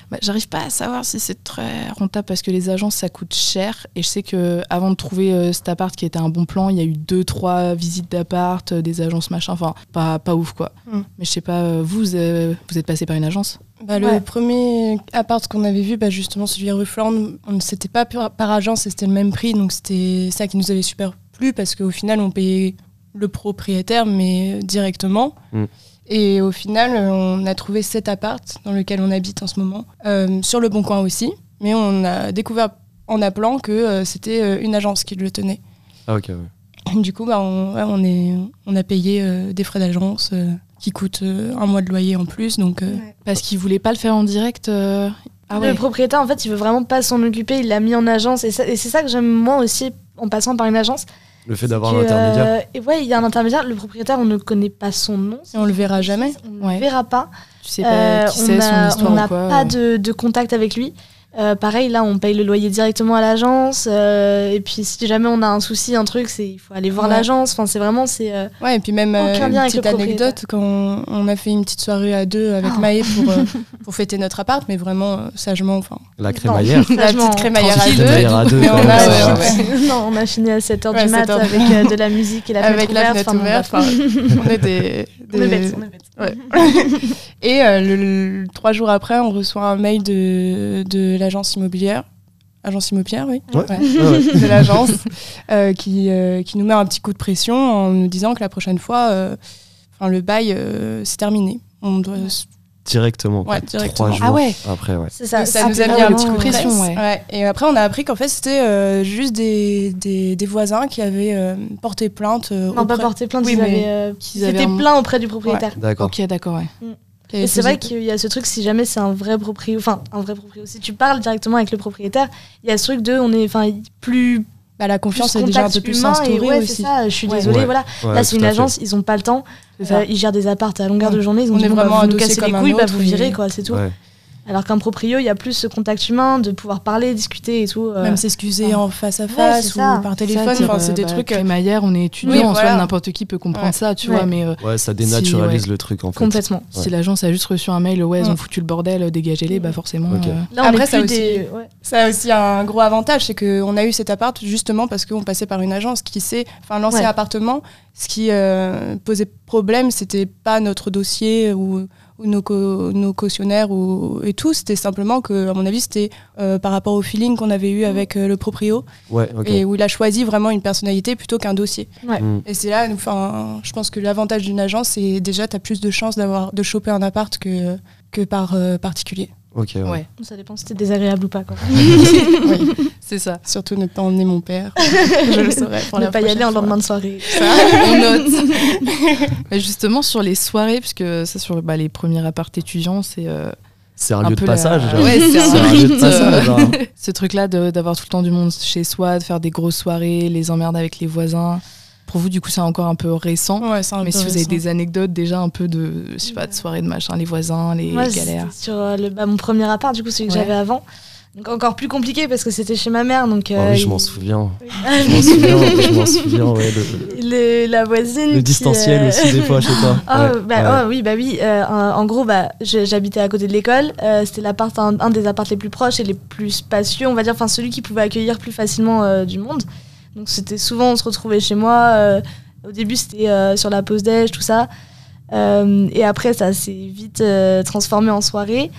Speaker 2: Bah, J'arrive pas à savoir si c'est très rentable parce que les agences ça coûte cher et je sais que avant de trouver euh, cet appart qui était un bon plan, il y a eu deux trois visites d'appart, euh, des agences machin, enfin pas pas ouf quoi.
Speaker 8: Mm.
Speaker 2: Mais je sais pas, euh, vous euh, vous êtes passé par une agence
Speaker 8: Bah, le
Speaker 7: Ouais.
Speaker 8: premier appart qu'on avait vu, bah, justement celui à rue Flandre, on- c'était pas par, par agence et c'était le même prix. Donc c'était ça qui nous avait super plu parce qu'au final, on payait le propriétaire, mais directement.
Speaker 1: Mm.
Speaker 8: Et au final, euh, on a trouvé cet appart dans lequel on habite en ce moment, euh, sur le Bon Coin aussi. Mais on a découvert en appelant que euh, c'était euh, une agence qui le tenait.
Speaker 1: Ah, ok, ouais.
Speaker 8: Du coup, bah, on, ouais, on, est, on a payé euh, des frais d'agence euh, qui coûtent euh, un mois de loyer en plus. Donc, euh,
Speaker 2: parce qu'ils voulaient pas le faire en direct. euh, Ah ouais.
Speaker 7: Le propriétaire, en fait, il veut vraiment pas s'en occuper, il l'a mis en agence. Et, ça- et c'est ça que j'aime moi aussi en passant par une agence.
Speaker 1: Le fait d'avoir
Speaker 7: Que,
Speaker 1: un intermédiaire.
Speaker 7: euh, et ouais, il y a un intermédiaire. Le propriétaire, on ne connaît pas son nom.
Speaker 8: et on le verra jamais.
Speaker 7: On ne
Speaker 2: Ouais.
Speaker 7: le verra pas.
Speaker 2: Tu
Speaker 8: bah,
Speaker 2: sais pas
Speaker 7: Euh,
Speaker 2: qui c'est
Speaker 7: on
Speaker 2: son
Speaker 7: a-
Speaker 2: histoire
Speaker 7: on
Speaker 2: ou
Speaker 7: n'a
Speaker 2: quoi,
Speaker 7: pas
Speaker 2: euh.
Speaker 7: de, de contact avec lui. Euh, pareil, là, on paye le loyer directement à l'agence. euh, et puis, si jamais on a un souci, un truc, c'est il faut aller voir
Speaker 8: Ouais.
Speaker 7: l'agence. Enfin, c'est vraiment, c'est euh,
Speaker 8: Ouais, et puis même euh,
Speaker 7: Aucun
Speaker 8: une
Speaker 7: lien avec
Speaker 8: petite
Speaker 7: le propriétaire.
Speaker 8: anecdote, quand on- on a fait une petite soirée à deux avec
Speaker 7: Ah.
Speaker 8: Maë pour, euh, pour fêter notre appart, mais vraiment euh, sagement, enfin,
Speaker 1: La crémaillère.
Speaker 8: la
Speaker 7: Sagement,
Speaker 8: petite crémaillère à
Speaker 1: tranquille.
Speaker 8: deux.
Speaker 1: Crémaillère à deux,
Speaker 8: mais
Speaker 1: quand
Speaker 8: on
Speaker 1: même,
Speaker 8: a,
Speaker 1: ça
Speaker 8: euh,
Speaker 1: va.
Speaker 8: ouais,
Speaker 7: non, on a fini à 7h
Speaker 8: Ouais,
Speaker 7: du mat
Speaker 8: 7 heures.
Speaker 7: avec euh, de la musique et la fenêtre
Speaker 8: avec la
Speaker 7: ouverte.
Speaker 8: fenêtre
Speaker 7: Enfin, bon,
Speaker 8: ouverte,
Speaker 7: bref.
Speaker 8: enfin, on est des...
Speaker 7: On est
Speaker 8: des-
Speaker 7: bêtes, on est bêtes.
Speaker 8: Et euh, le, le- trois jours après, on reçoit un mail de, de l'agence immobilière. Agence immobilière, oui.
Speaker 1: Ouais. Ouais, ouais.
Speaker 8: de l'agence euh, qui, euh, qui nous met un petit coup de pression en nous disant que la prochaine fois, euh, enfin, le bail, euh, c'est terminé. On doit se-
Speaker 1: Directement.
Speaker 8: Ouais, directement.
Speaker 1: Trois jours
Speaker 2: Ah ouais.
Speaker 1: Après, ouais.
Speaker 7: C'est ça.
Speaker 8: Donc, ça
Speaker 7: Ah,
Speaker 8: nous a
Speaker 7: c'est
Speaker 8: mis un
Speaker 7: vraiment,
Speaker 8: petit coup de
Speaker 7: euh,
Speaker 8: pression.
Speaker 2: ouais.
Speaker 8: Ouais, Et après, on a appris qu'en fait, c'était euh, juste des, des, des voisins qui avaient euh, porté plainte. euh,
Speaker 7: Non, pas
Speaker 8: auprès-
Speaker 7: porté plainte,
Speaker 8: Oui,
Speaker 7: ils,
Speaker 8: mais
Speaker 7: avaient, euh,
Speaker 2: qu'ils
Speaker 7: ils
Speaker 2: avaient
Speaker 7: étaient
Speaker 2: un-
Speaker 7: pleins auprès du propriétaire.
Speaker 1: D'accord.
Speaker 2: Ok, d'accord, ouais.
Speaker 8: qui avaient
Speaker 7: Et c'est
Speaker 8: posé-
Speaker 7: vrai qu'il y a ce truc, si jamais c'est un vrai propriétaire, enfin, un vrai propriétaire, si tu parles directement avec le propriétaire, il y a ce truc de, on est, enfin, plus,
Speaker 8: Bah, la
Speaker 7: plus
Speaker 8: confiance est déjà un
Speaker 7: contact
Speaker 8: peu plus
Speaker 7: humain, et
Speaker 8: instaurée
Speaker 7: ouais, c'est
Speaker 8: aussi.
Speaker 7: ça, je suis
Speaker 8: Ouais.
Speaker 7: désolée,
Speaker 1: Ouais.
Speaker 7: voilà.
Speaker 1: Ouais,
Speaker 7: Là, c'est
Speaker 1: tout
Speaker 7: une
Speaker 1: à fait.
Speaker 7: agence, ils ont pas le temps,
Speaker 2: C'est ça.
Speaker 7: euh, ils gèrent des appartes à longueur de journée, ils ont
Speaker 8: On
Speaker 7: dit,
Speaker 8: est
Speaker 7: bon, bah,
Speaker 8: vraiment
Speaker 7: vous
Speaker 8: un
Speaker 7: nous
Speaker 8: dossier
Speaker 7: cassez les
Speaker 8: comme un
Speaker 7: couilles, bah,
Speaker 8: autre,
Speaker 7: vous
Speaker 8: et-
Speaker 7: virez, quoi, c'est tout.
Speaker 1: Ouais.
Speaker 7: Alors qu'un proprio, il y a plus ce contact humain de pouvoir parler, discuter et tout. euh,
Speaker 8: Même s'excuser
Speaker 7: Ouais.
Speaker 8: en face à
Speaker 7: Ouais,
Speaker 8: face
Speaker 7: c'est
Speaker 8: ou
Speaker 7: ça.
Speaker 8: par téléphone,
Speaker 2: Ça, dire,
Speaker 8: enfin, c'est
Speaker 2: euh,
Speaker 8: des
Speaker 2: bah,
Speaker 8: trucs. euh,
Speaker 2: crémaillère, on est étudiant,
Speaker 8: Oui,
Speaker 2: en soi,
Speaker 8: voilà.
Speaker 2: n'importe qui peut comprendre
Speaker 8: Ouais.
Speaker 2: ça, tu
Speaker 7: Ouais.
Speaker 2: vois, mais euh,
Speaker 1: Ouais, ça dénaturalise le truc en fait.
Speaker 7: complètement.
Speaker 2: si l'agence a juste reçu un mail, ouais, ils ont
Speaker 8: Ouais.
Speaker 2: foutu le bordel, euh, dégagez-les, bah forcément.
Speaker 1: Ok.
Speaker 2: euh,
Speaker 7: Là, on
Speaker 8: Après,
Speaker 7: est
Speaker 8: ça
Speaker 7: plus
Speaker 8: aussi- euh,
Speaker 7: des- ouais.
Speaker 8: Ça a aussi un gros avantage, c'est qu'on a eu cet appart justement parce qu'on passait par une agence qui sait, enfin l'ancien
Speaker 7: Ouais.
Speaker 8: appartement, ce qui euh, posait problème, c'était pas notre dossier ou, ou nos, co- nos cautionnaires ou, et tout, c'était simplement que, à mon avis, c'était euh, par rapport au feeling qu'on avait
Speaker 7: Mm.
Speaker 8: eu avec euh, le proprio
Speaker 1: Ouais, ok.
Speaker 8: et où il a choisi vraiment une personnalité plutôt qu'un dossier.
Speaker 1: Mm.
Speaker 8: Et c'est là, enfin, je pense que l'avantage d'une agence, c'est déjà tu as plus de chances d'avoir de choper un appart que que par euh, particulier.
Speaker 1: Ok, ouais.
Speaker 2: Ouais.
Speaker 7: Ça dépend si t'es désagréable ou pas, quoi.
Speaker 2: C'est ça.
Speaker 8: Surtout ne pas emmener mon père, je le saurais. pour
Speaker 7: ne
Speaker 8: la
Speaker 7: pas y
Speaker 8: prochaine
Speaker 7: aller en
Speaker 8: fois.
Speaker 7: lendemain de soirée.
Speaker 2: On note. Mais justement, sur les soirées, puisque ça, sur bah, les premiers apparts étudiants, c'est euh,
Speaker 1: C'est un,
Speaker 2: un
Speaker 1: lieu
Speaker 2: peu
Speaker 1: de
Speaker 2: la-
Speaker 1: passage. genre.
Speaker 2: Ouais, c'est un
Speaker 1: lieu de
Speaker 2: rite,
Speaker 1: passage. genre. Ah
Speaker 2: ce truc-là de- d'avoir tout le temps du monde chez soi, de faire des grosses soirées, les emmerdes avec les voisins. Pour vous, du coup, c'est encore un peu récent.
Speaker 8: Ouais, c'est un
Speaker 2: Mais
Speaker 8: peu
Speaker 2: si vous avez
Speaker 8: récent.
Speaker 2: des anecdotes déjà un peu de, je sais pas, de soirée de machin, les voisins, les
Speaker 7: Moi,
Speaker 2: galères.
Speaker 7: c'était sur euh, le, bah, mon premier appart, du coup, celui que
Speaker 2: Ouais.
Speaker 7: j'avais avant. Donc encore plus compliqué parce que c'était chez ma mère. Donc,
Speaker 1: Ah
Speaker 7: euh,
Speaker 1: oui, je m'en
Speaker 7: il-
Speaker 1: souviens. Je m'en souviens, je m'en souviens, ouais, le,
Speaker 7: Le- la voisine.
Speaker 1: le
Speaker 7: qui,
Speaker 1: distanciel
Speaker 7: euh,
Speaker 1: aussi, des fois, je sais pas.
Speaker 7: Ah
Speaker 1: Hein. Ouais,
Speaker 7: bah,
Speaker 1: ouais.
Speaker 7: ah oui, bah oui. euh, en, en gros, bah, je- j'habitais à côté de l'école. euh, c'était l'appart, un, un des apparts les plus proches et les plus spacieux, on va dire. Enfin, celui qui pouvait accueillir plus facilement euh, du monde. Donc, c'était souvent, on se retrouvait chez moi. euh, au début, c'était euh, sur la pause déj, tout ça. Euh, et après, ça s'est vite euh, transformé en soirée.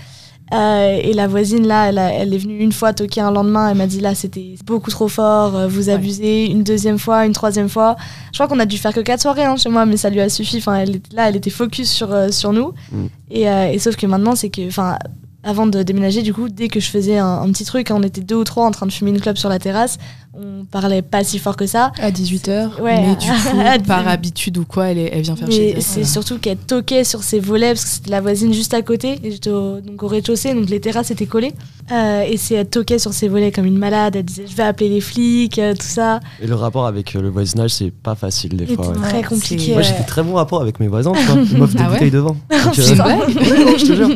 Speaker 7: Euh, et la voisine, là, elle, a- elle est venue une fois toquer un lendemain. Elle m'a dit, là, c'était beaucoup trop fort, euh, vous abusez. Une deuxième fois, une troisième fois. Je crois qu'on a dû faire que quatre soirées hein, chez moi, mais ça lui a suffi. Enfin, elle, était- là, elle était focus sur, euh, sur nous.
Speaker 1: Mm.
Speaker 7: Et, euh, et sauf que maintenant, c'est que... Enfin, avant de déménager, du coup, dès que je faisais un, un petit truc, hein, on était deux ou trois en train de fumer une clope sur la terrasse. On parlait pas si fort que ça.
Speaker 8: À 18h.
Speaker 7: Ouais.
Speaker 2: Mais du
Speaker 7: Ah,
Speaker 2: coup, par
Speaker 7: dis-
Speaker 2: habitude ou quoi, elle, est- elle vient faire chez
Speaker 7: Mais
Speaker 2: elle.
Speaker 7: c'est surtout qu'elle toquait sur ses volets parce que c'était la voisine juste à côté. Et j'étais au, donc au rez-de-chaussée, donc les terrasses étaient collées. Euh, et c'est elle toquait sur ses volets comme une malade. Elle disait je vais appeler les flics, euh, tout ça.
Speaker 1: Et le rapport avec euh, le voisinage, c'est pas facile des
Speaker 7: C'était
Speaker 1: fois. ouais.
Speaker 2: Ouais,
Speaker 7: très
Speaker 2: c'est-
Speaker 7: compliqué.
Speaker 1: Moi,
Speaker 7: ouais.
Speaker 1: j'ai des très bons rapports avec mes voisins, tu vois. Ils m'offrent des
Speaker 2: Ah ouais
Speaker 1: bouteilles de vin. Donc,
Speaker 2: C'est
Speaker 1: euh,
Speaker 2: vrai
Speaker 1: Ouais, je te jure.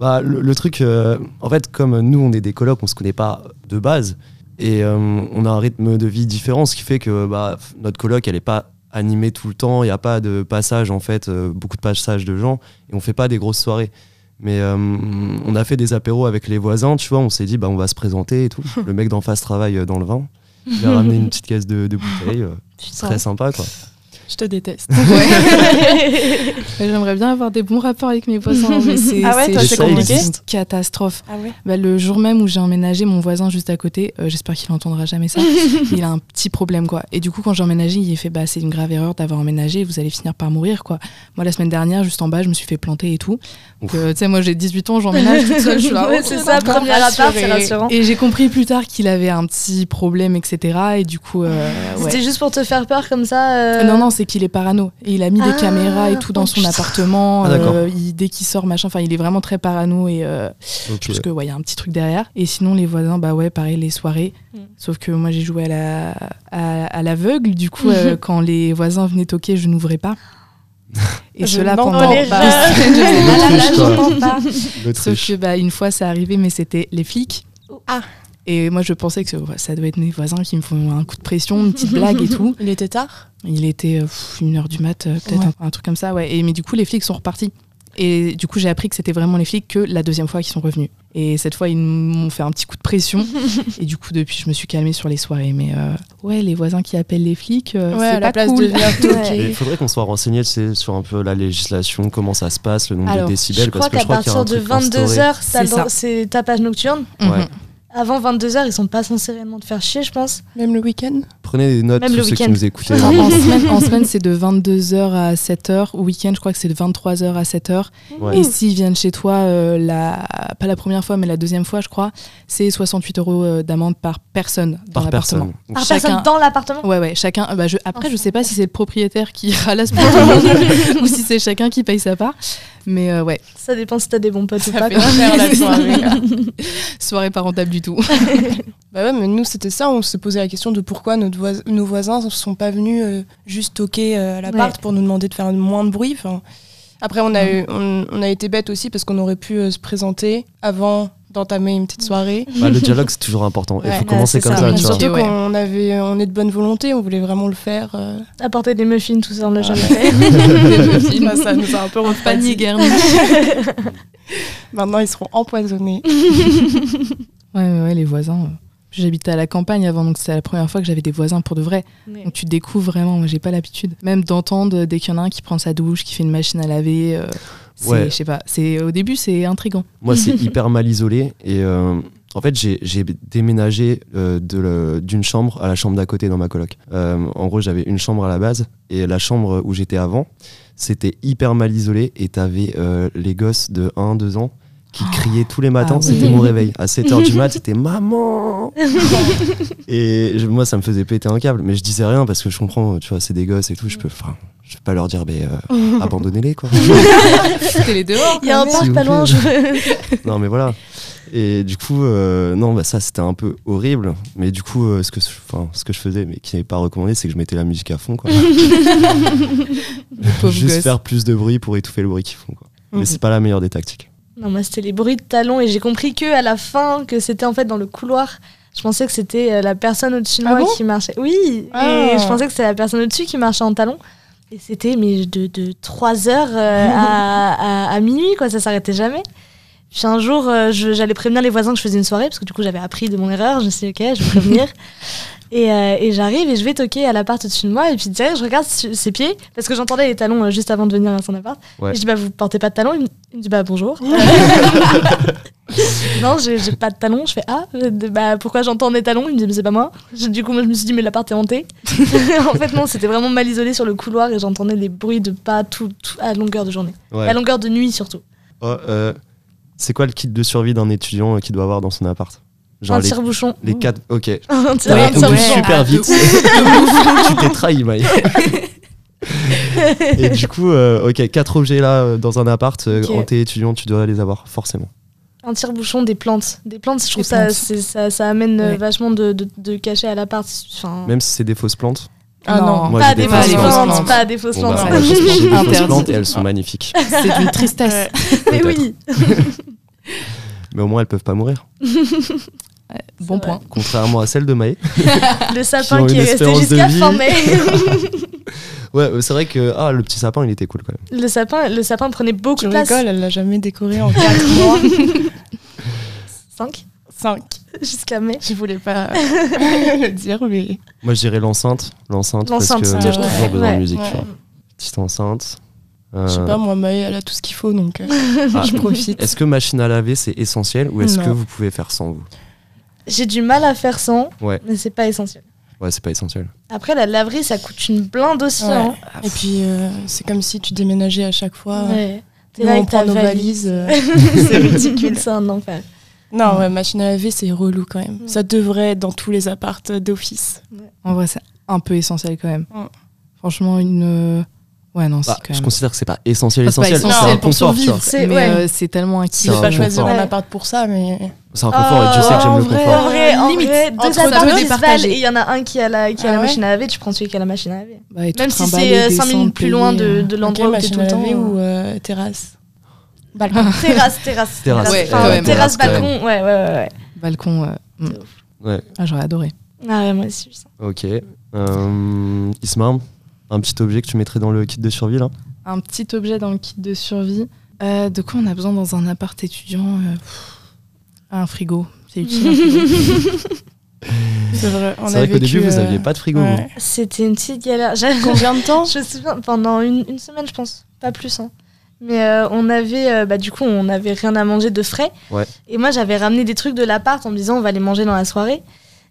Speaker 1: Bah, le, le truc, euh, en fait, comme nous, on est des colocs, on se connaît pas de base, et euh, on a un rythme de vie différent, ce qui fait que bah, f- notre coloc, elle est pas animée tout le temps, il n'y a pas de passage, en fait, euh, beaucoup de passages de gens, et on fait pas des grosses soirées. Mais euh, on a fait des apéros avec les voisins, tu vois, on s'est dit, bah, on va se présenter et tout. Le mec d'en face travaille euh, dans le vin, il a ramené une petite caisse de, de bouteilles, euh, très sympa, quoi.
Speaker 8: Je te déteste.
Speaker 2: Ouais, Bah, J'aimerais bien avoir des bons rapports avec mes voisins, hein, mais c'est
Speaker 7: Ah ouais,
Speaker 2: c'est
Speaker 7: toi,
Speaker 1: c'est
Speaker 2: juste
Speaker 1: compliqué
Speaker 2: une catastrophe.
Speaker 8: Ah ouais
Speaker 2: Bah, le jour même où j'ai emménagé, mon voisin juste à côté, euh, j'espère qu'il entendra jamais ça, il a un petit problème quoi. Et du coup, quand j'ai emménagé, il a fait bah, c'est une grave erreur d'avoir emménagé, vous allez finir par mourir quoi. Moi, la semaine dernière, juste en bas, je me suis fait planter et tout. Donc,
Speaker 1: Ouf.
Speaker 2: euh, tu sais, moi j'ai 18 ans, j'emménage toute seule, je suis là.
Speaker 7: Ouais,
Speaker 2: oh,
Speaker 7: c'est ça,
Speaker 2: bon,
Speaker 7: premier appart, c'est
Speaker 2: rassurée.
Speaker 7: rassurant.
Speaker 2: Et j'ai compris plus tard qu'il avait un petit problème, etc. Et du coup, euh, ouais.
Speaker 7: C'était juste pour te faire peur comme ça. euh,
Speaker 2: Euh, Non, non, c'est qu'il est parano. Et il a mis des
Speaker 7: Ah,
Speaker 2: caméras et tout dans
Speaker 7: oh,
Speaker 2: son
Speaker 7: putain.
Speaker 2: appartement.
Speaker 1: Ah, d'accord.
Speaker 2: Euh, il- dès qu'il sort, machin, enfin, il est vraiment très parano et euh,
Speaker 1: Donc,
Speaker 2: je
Speaker 1: euh,
Speaker 2: pense que, ouais, il y a un petit truc derrière. Et sinon, les voisins, bah ouais, pareil, les soirées.
Speaker 7: Mm.
Speaker 2: Sauf que moi, j'ai joué à la- à à l'aveugle. du coup, euh, quand les voisins venaient toquer, je n'ouvrais pas. Et
Speaker 8: Je
Speaker 2: cela
Speaker 8: n'entends
Speaker 2: pendant.
Speaker 7: Oh, les
Speaker 2: bah,
Speaker 7: rats.
Speaker 2: je n'ai pas la
Speaker 1: L'autruche,
Speaker 2: rage,
Speaker 1: quoi.
Speaker 2: j'entends pas. Sauf
Speaker 1: l'autruche.
Speaker 2: que, bah, une fois, ça arrivé, mais c'était les flics.
Speaker 8: Ah.
Speaker 2: Et moi, je pensais que ouais, ça doit être mes voisins qui me font un coup de pression, une petite blague et tout.
Speaker 8: Il était tard.
Speaker 2: Il était euh, pff, une heure du mat, euh, peut-être
Speaker 8: Ouais.
Speaker 2: un, un truc comme ça. Ouais. Et, mais du coup, les flics sont repartis. Et du coup, j'ai appris que c'était vraiment les flics que la deuxième fois qu'ils sont revenus. Et cette fois, ils m'ont fait un petit coup de pression. et du coup, depuis, je me suis calmée sur les soirées. Mais euh, ouais, les voisins qui appellent les flics, euh,
Speaker 8: ouais,
Speaker 2: c'est
Speaker 8: à la
Speaker 2: pas
Speaker 8: place
Speaker 2: cool.
Speaker 8: de venir
Speaker 1: Mais
Speaker 8: toquer.
Speaker 1: il faudrait qu'on soit renseigné tu sais, sur un peu la législation, comment ça se passe, le nombre
Speaker 2: Alors,
Speaker 1: de décibels,
Speaker 7: je
Speaker 1: parce
Speaker 7: crois
Speaker 1: que je
Speaker 7: qu'à
Speaker 1: crois qu'il y a
Speaker 7: partir
Speaker 1: un
Speaker 7: de
Speaker 1: truc instauré.
Speaker 2: C'est ça.
Speaker 7: 22h, c'est tapage nocturne.
Speaker 2: Mhm.
Speaker 1: Ouais.
Speaker 7: Avant 22h, ils sont pas censés réellement te faire chier, je pense.
Speaker 8: Même le week-end
Speaker 1: Prenez des notes,
Speaker 7: Même
Speaker 1: tous
Speaker 7: le
Speaker 1: ceux qui
Speaker 7: week-end.
Speaker 1: nous écoutaient.
Speaker 2: Enfin, en semaine, en semaine, c'est de 22h à 7h. Au week-end, je crois que c'est de 23h à 7h.
Speaker 1: Ouais.
Speaker 2: Et s'ils viennent chez toi, euh, la... pas la première fois, mais la deuxième fois, je crois, c'est 68 euros euh, d'amende par personne dans
Speaker 1: Par
Speaker 2: l'appartement.
Speaker 1: personne. Donc,
Speaker 7: Par
Speaker 2: Chacun-
Speaker 7: personne dans l'appartement.
Speaker 2: Ouais, ouais, chacun. euh, bah, je- après, je sais pas si c'est le propriétaire qui ralasse pour tout le monde ou si c'est chacun qui paye sa part. Mais euh, ouais,
Speaker 7: Ça dépend si t'as des bons potes ou pas.
Speaker 8: fait
Speaker 7: quoi.
Speaker 8: faire la soirée.
Speaker 2: soirée pas rentable du tout.
Speaker 8: Bah ouais, mais nous c'était ça, on se posait la question de pourquoi notre vois- nos voisins ne sont pas venus euh, juste toquer euh, à l'appart pour nous demander de faire moins de bruit. enfin. Après on a, eu, on, on a été bêtes aussi parce qu'on aurait pu euh, se présenter avant d'entamer une petite soirée.
Speaker 1: bah, le dialogue, c'est toujours important. Il
Speaker 8: Ouais,
Speaker 1: faut
Speaker 8: ouais,
Speaker 1: commencer
Speaker 7: c'est
Speaker 1: comme
Speaker 7: ça.
Speaker 1: ça,
Speaker 8: Et
Speaker 1: tu vois.
Speaker 8: surtout
Speaker 2: Ouais.
Speaker 8: qu'on avait, euh, on est de bonne volonté, on voulait vraiment le faire. euh.
Speaker 7: Apporter des muffins, tout ça,
Speaker 1: Ah
Speaker 7: on l'a jamais fait.
Speaker 8: Bah, ça nous a un peu
Speaker 2: Panier
Speaker 8: refroidi.
Speaker 2: garni.
Speaker 8: Maintenant ils seront empoisonnés.
Speaker 2: Ouais, ouais, ouais, les voisins. euh. J'habitais à la campagne avant, donc c'était la première fois que j'avais des voisins pour de vrai. Donc tu découvres vraiment, moi j'ai pas l'habitude. Même d'entendre euh, dès qu'il y en a un qui prend sa douche, qui fait une machine à laver. euh, c'est-
Speaker 1: Ouais.
Speaker 2: Je sais pas, c'est- au début c'est intriguant.
Speaker 1: Moi, c'est hyper mal isolé. Et euh, en fait, j'ai j'ai déménagé euh, de le- d'une chambre à la chambre d'à côté dans ma coloc. Euh, en gros, j'avais une chambre à la base et la chambre où j'étais avant, c'était hyper mal isolé. Et t'avais euh, les gosses de 1, 2 ans qui criaient tous les matins.
Speaker 2: Ah
Speaker 1: c'était
Speaker 2: oui.
Speaker 1: mon réveil. À 7h du mat, c'était maman Et je- moi, ça me faisait péter un câble. Mais je disais rien parce que je comprends, tu vois, c'est des gosses et tout. Je peux, enfin, je peux pas leur dire, mais euh, abandonnez-les quoi.
Speaker 2: C'était les dehors.
Speaker 7: Il y a un
Speaker 1: S'il
Speaker 7: parc
Speaker 1: vous
Speaker 7: pas
Speaker 1: plaît.
Speaker 7: loin, je
Speaker 1: Non, mais voilà. Et du coup, euh, non, bah, ça c'était un peu horrible. Mais du coup, euh, ce, que, je- enfin, ce que je faisais, mais qui n'est pas recommandé, c'est que je mettais la musique à fond. Quoi.
Speaker 2: pauvre
Speaker 1: Juste
Speaker 2: gosse.
Speaker 1: faire plus de bruit pour étouffer le bruit qu'ils font. Quoi. Mais
Speaker 8: Mhm.
Speaker 1: c'est pas la meilleure des tactiques.
Speaker 7: Non, moi, c'était les bruits de talons et j'ai compris que à la fin, que c'était en fait dans le couloir. Je pensais que c'était euh, la personne au-dessus de
Speaker 8: Ah
Speaker 7: moi
Speaker 8: bon
Speaker 7: qui marchait. Oui,
Speaker 8: Ah.
Speaker 7: et je pensais que c'était la personne au-dessus qui marchait en talons. Et c'était mais de, de 3 heures euh, à, à- à minuit, quoi, ça s'arrêtait jamais. Puis un jour, euh, je- j'allais prévenir les voisins que je faisais une soirée, parce que du coup, j'avais appris de mon erreur. Je me suis dit, ok, je vais prévenir. et euh, et j'arrive et je vais toquer à l'appart au-dessus de moi. Et puis direct, je regarde su- ses pieds, parce que j'entendais les talons euh, juste avant de venir à son appart.
Speaker 1: Ouais.
Speaker 7: Et je dis, bah, vous portez pas de talons Il me- il me dit, bah, bonjour. Non, j'ai j'ai pas de talons. Je fais Ah, euh, de- bah, pourquoi j'entends des talons Il me dit, mais c'est pas moi. Je- Du coup, moi, je me suis dit, mais l'appart est hanté. en fait, non, c'était vraiment mal isolé sur le couloir et j'entendais des bruits de pas tout, tout- à longueur de journée.
Speaker 1: Ouais.
Speaker 7: À longueur de nuit, surtout.
Speaker 1: Oh, euh, c'est quoi le kit de survie d'un étudiant euh, qui doit avoir dans son appart Genre
Speaker 7: un
Speaker 1: les,
Speaker 7: tire-bouchon.
Speaker 1: les quatre. Ok.
Speaker 7: un tire-
Speaker 1: T'as
Speaker 2: Ouais,
Speaker 7: un
Speaker 1: répondu
Speaker 2: ouais.
Speaker 7: tire-bouchon.
Speaker 1: super
Speaker 2: Ah,
Speaker 1: vite. tu t'es trahi, Maï. Et du coup, euh, ok, quatre objets là euh, dans un appart. euh,
Speaker 7: Ok.
Speaker 1: En t'es étudiant, tu dois les avoir forcément.
Speaker 7: Un tire-bouchon, des plantes. Des plantes, je trouve
Speaker 2: Des
Speaker 7: ça,
Speaker 2: plantes.
Speaker 7: c'est- ça, ça amène euh,
Speaker 2: Ouais.
Speaker 7: vachement de, de, de cachet à l'appart. Enfin,
Speaker 1: Même si c'est des fausses plantes.
Speaker 8: Ah non.
Speaker 1: Moi,
Speaker 7: pas
Speaker 1: j'ai
Speaker 7: des
Speaker 1: des
Speaker 7: fausses
Speaker 2: fausses plantes.
Speaker 7: plantes. Pas des fausses
Speaker 1: Bon, bah,
Speaker 7: plantes.
Speaker 1: moi, j'ai des fausses
Speaker 2: Interdit.
Speaker 1: plantes et elles sont magnifiques.
Speaker 2: C'est d'une tristesse.
Speaker 7: Mais
Speaker 1: peut-être.
Speaker 7: oui,
Speaker 1: Mais au moins, elles peuvent pas mourir.
Speaker 2: Bon
Speaker 7: C'est vrai.
Speaker 2: point.
Speaker 1: Contrairement à celle de Maë.
Speaker 7: le sapin
Speaker 1: ont
Speaker 7: qui
Speaker 1: une
Speaker 7: est resté
Speaker 1: espérance de
Speaker 7: jusqu'à fin
Speaker 1: vie.
Speaker 7: mai.
Speaker 1: Ouais, euh, c'est vrai que ah, le petit sapin, il était cool quand même.
Speaker 7: Le sapin, le sapin prenait beaucoup
Speaker 8: Tu
Speaker 7: de place.
Speaker 8: rigoles, elle l'a jamais décoré en
Speaker 2: Ah,
Speaker 8: 4 mois.
Speaker 7: 5
Speaker 8: 5.
Speaker 7: jusqu'à mai.
Speaker 8: Je voulais pas euh, le dire, mais.
Speaker 1: Moi, je dirais l'enceinte. L'enceinte,
Speaker 7: L'enceinte,
Speaker 1: parce que
Speaker 8: ouais,
Speaker 1: j'ai
Speaker 8: ouais.
Speaker 1: toujours besoin
Speaker 7: Ouais,
Speaker 1: de musique.
Speaker 8: ouais.
Speaker 1: tu vois. Petite enceinte. Euh,
Speaker 8: Je sais pas, moi, Maë, elle a tout ce qu'il faut, donc euh,
Speaker 1: ah,
Speaker 8: je profite.
Speaker 1: Est-ce que machine à laver, c'est essentiel ou est-ce
Speaker 8: Non.
Speaker 1: que vous pouvez faire sans vous
Speaker 7: J'ai du mal à faire sans,
Speaker 1: Ouais.
Speaker 7: mais c'est pas essentiel.
Speaker 1: Ouais, c'est pas essentiel.
Speaker 7: Après, la laverie, ça coûte une blinde aussi.
Speaker 8: Ouais.
Speaker 7: hein.
Speaker 8: Et puis, euh, c'est comme si tu déménageais à chaque fois.
Speaker 7: Ouais. T'es
Speaker 8: Nous,
Speaker 7: là
Speaker 8: Ah. on
Speaker 7: avec ta
Speaker 8: prend nos valises.
Speaker 7: valise.
Speaker 8: euh.
Speaker 7: c'est ridicule, c'est un enfer.
Speaker 8: Non, ouais, machine à laver, c'est relou quand même.
Speaker 7: Mm.
Speaker 8: Ça devrait être dans tous les apparts d'office.
Speaker 2: En vrai, c'est un peu essentiel quand même.
Speaker 8: Mm.
Speaker 2: Franchement, une. euh, Ouais, non,
Speaker 1: Bah,
Speaker 2: c'est quand
Speaker 1: je
Speaker 2: même.
Speaker 1: considère que c'est pas essentiel,
Speaker 2: Enfin, c'est
Speaker 1: essentiel. C'est
Speaker 2: pas essentiel
Speaker 1: un
Speaker 2: pour
Speaker 1: confort, tu vois.
Speaker 2: survivre.
Speaker 7: C'est-
Speaker 2: mais
Speaker 7: ouais.
Speaker 2: euh, c'est tellement un
Speaker 1: C'est
Speaker 8: Je
Speaker 2: kiff.
Speaker 8: vais pas
Speaker 1: un
Speaker 8: choisir
Speaker 1: confort.
Speaker 8: un appart pour ça, mais.
Speaker 1: C'est un confort et Dieu sait que j'aime
Speaker 7: Euh, en
Speaker 1: le
Speaker 7: vrai,
Speaker 1: confort.
Speaker 7: Oh, En vrai, en
Speaker 2: Limite.
Speaker 7: vrai, deux
Speaker 8: Entre
Speaker 7: sapins
Speaker 8: deux,
Speaker 7: qui se
Speaker 2: départagés.
Speaker 7: valent et il y en a un qui a la, qui a
Speaker 8: Ah
Speaker 7: la
Speaker 8: ouais
Speaker 7: machine à laver, tu prends celui qui a la machine à laver.
Speaker 2: Bah, et tout
Speaker 7: Même si
Speaker 2: trimballer,
Speaker 7: c'est 5
Speaker 2: descendre,
Speaker 7: minutes plus loin
Speaker 2: payer,
Speaker 7: de,
Speaker 2: euh,
Speaker 7: de l'endroit
Speaker 8: Ok,
Speaker 7: où t'es
Speaker 8: machine
Speaker 7: tout
Speaker 8: à
Speaker 7: le temps. hein.
Speaker 8: laver ou euh, terrasse Balcon.
Speaker 7: Terrasse, terrasse.
Speaker 1: Terrasse,
Speaker 2: Ouais,
Speaker 7: enfin,
Speaker 2: quand même.
Speaker 7: terrasse,
Speaker 1: Terrasse, quand même.
Speaker 7: balcon, ouais, ouais, ouais. ouais.
Speaker 2: Balcon. euh, mm.
Speaker 1: Ouais.
Speaker 2: Ah, j'aurais adoré.
Speaker 7: Ah ouais, moi aussi, ça.
Speaker 1: Ok. Euh, Isma, un petit objet que tu mettrais dans le kit de survie là
Speaker 2: Un petit objet dans le kit de survie. Euh, de quoi on a besoin dans un appart étudiant euh, pff, Un frigo. C'est utile. un frigo.
Speaker 8: C'est vrai, on
Speaker 1: C'est
Speaker 8: a
Speaker 1: vrai qu'au
Speaker 8: vécu,
Speaker 1: début, vous
Speaker 8: euh,
Speaker 1: aviez pas de frigo.
Speaker 8: ouais.
Speaker 1: vous.
Speaker 7: C'était une petite galère. J'avais-
Speaker 8: Combien de temps
Speaker 7: Je me souviens, pendant une, une semaine, je pense, pas plus. hein. Mais euh, on avait, euh, bah, du coup, on n'avait rien à manger de frais.
Speaker 1: Ouais.
Speaker 7: Et moi, j'avais ramené des trucs de l'appart en me disant, on va les manger dans la soirée.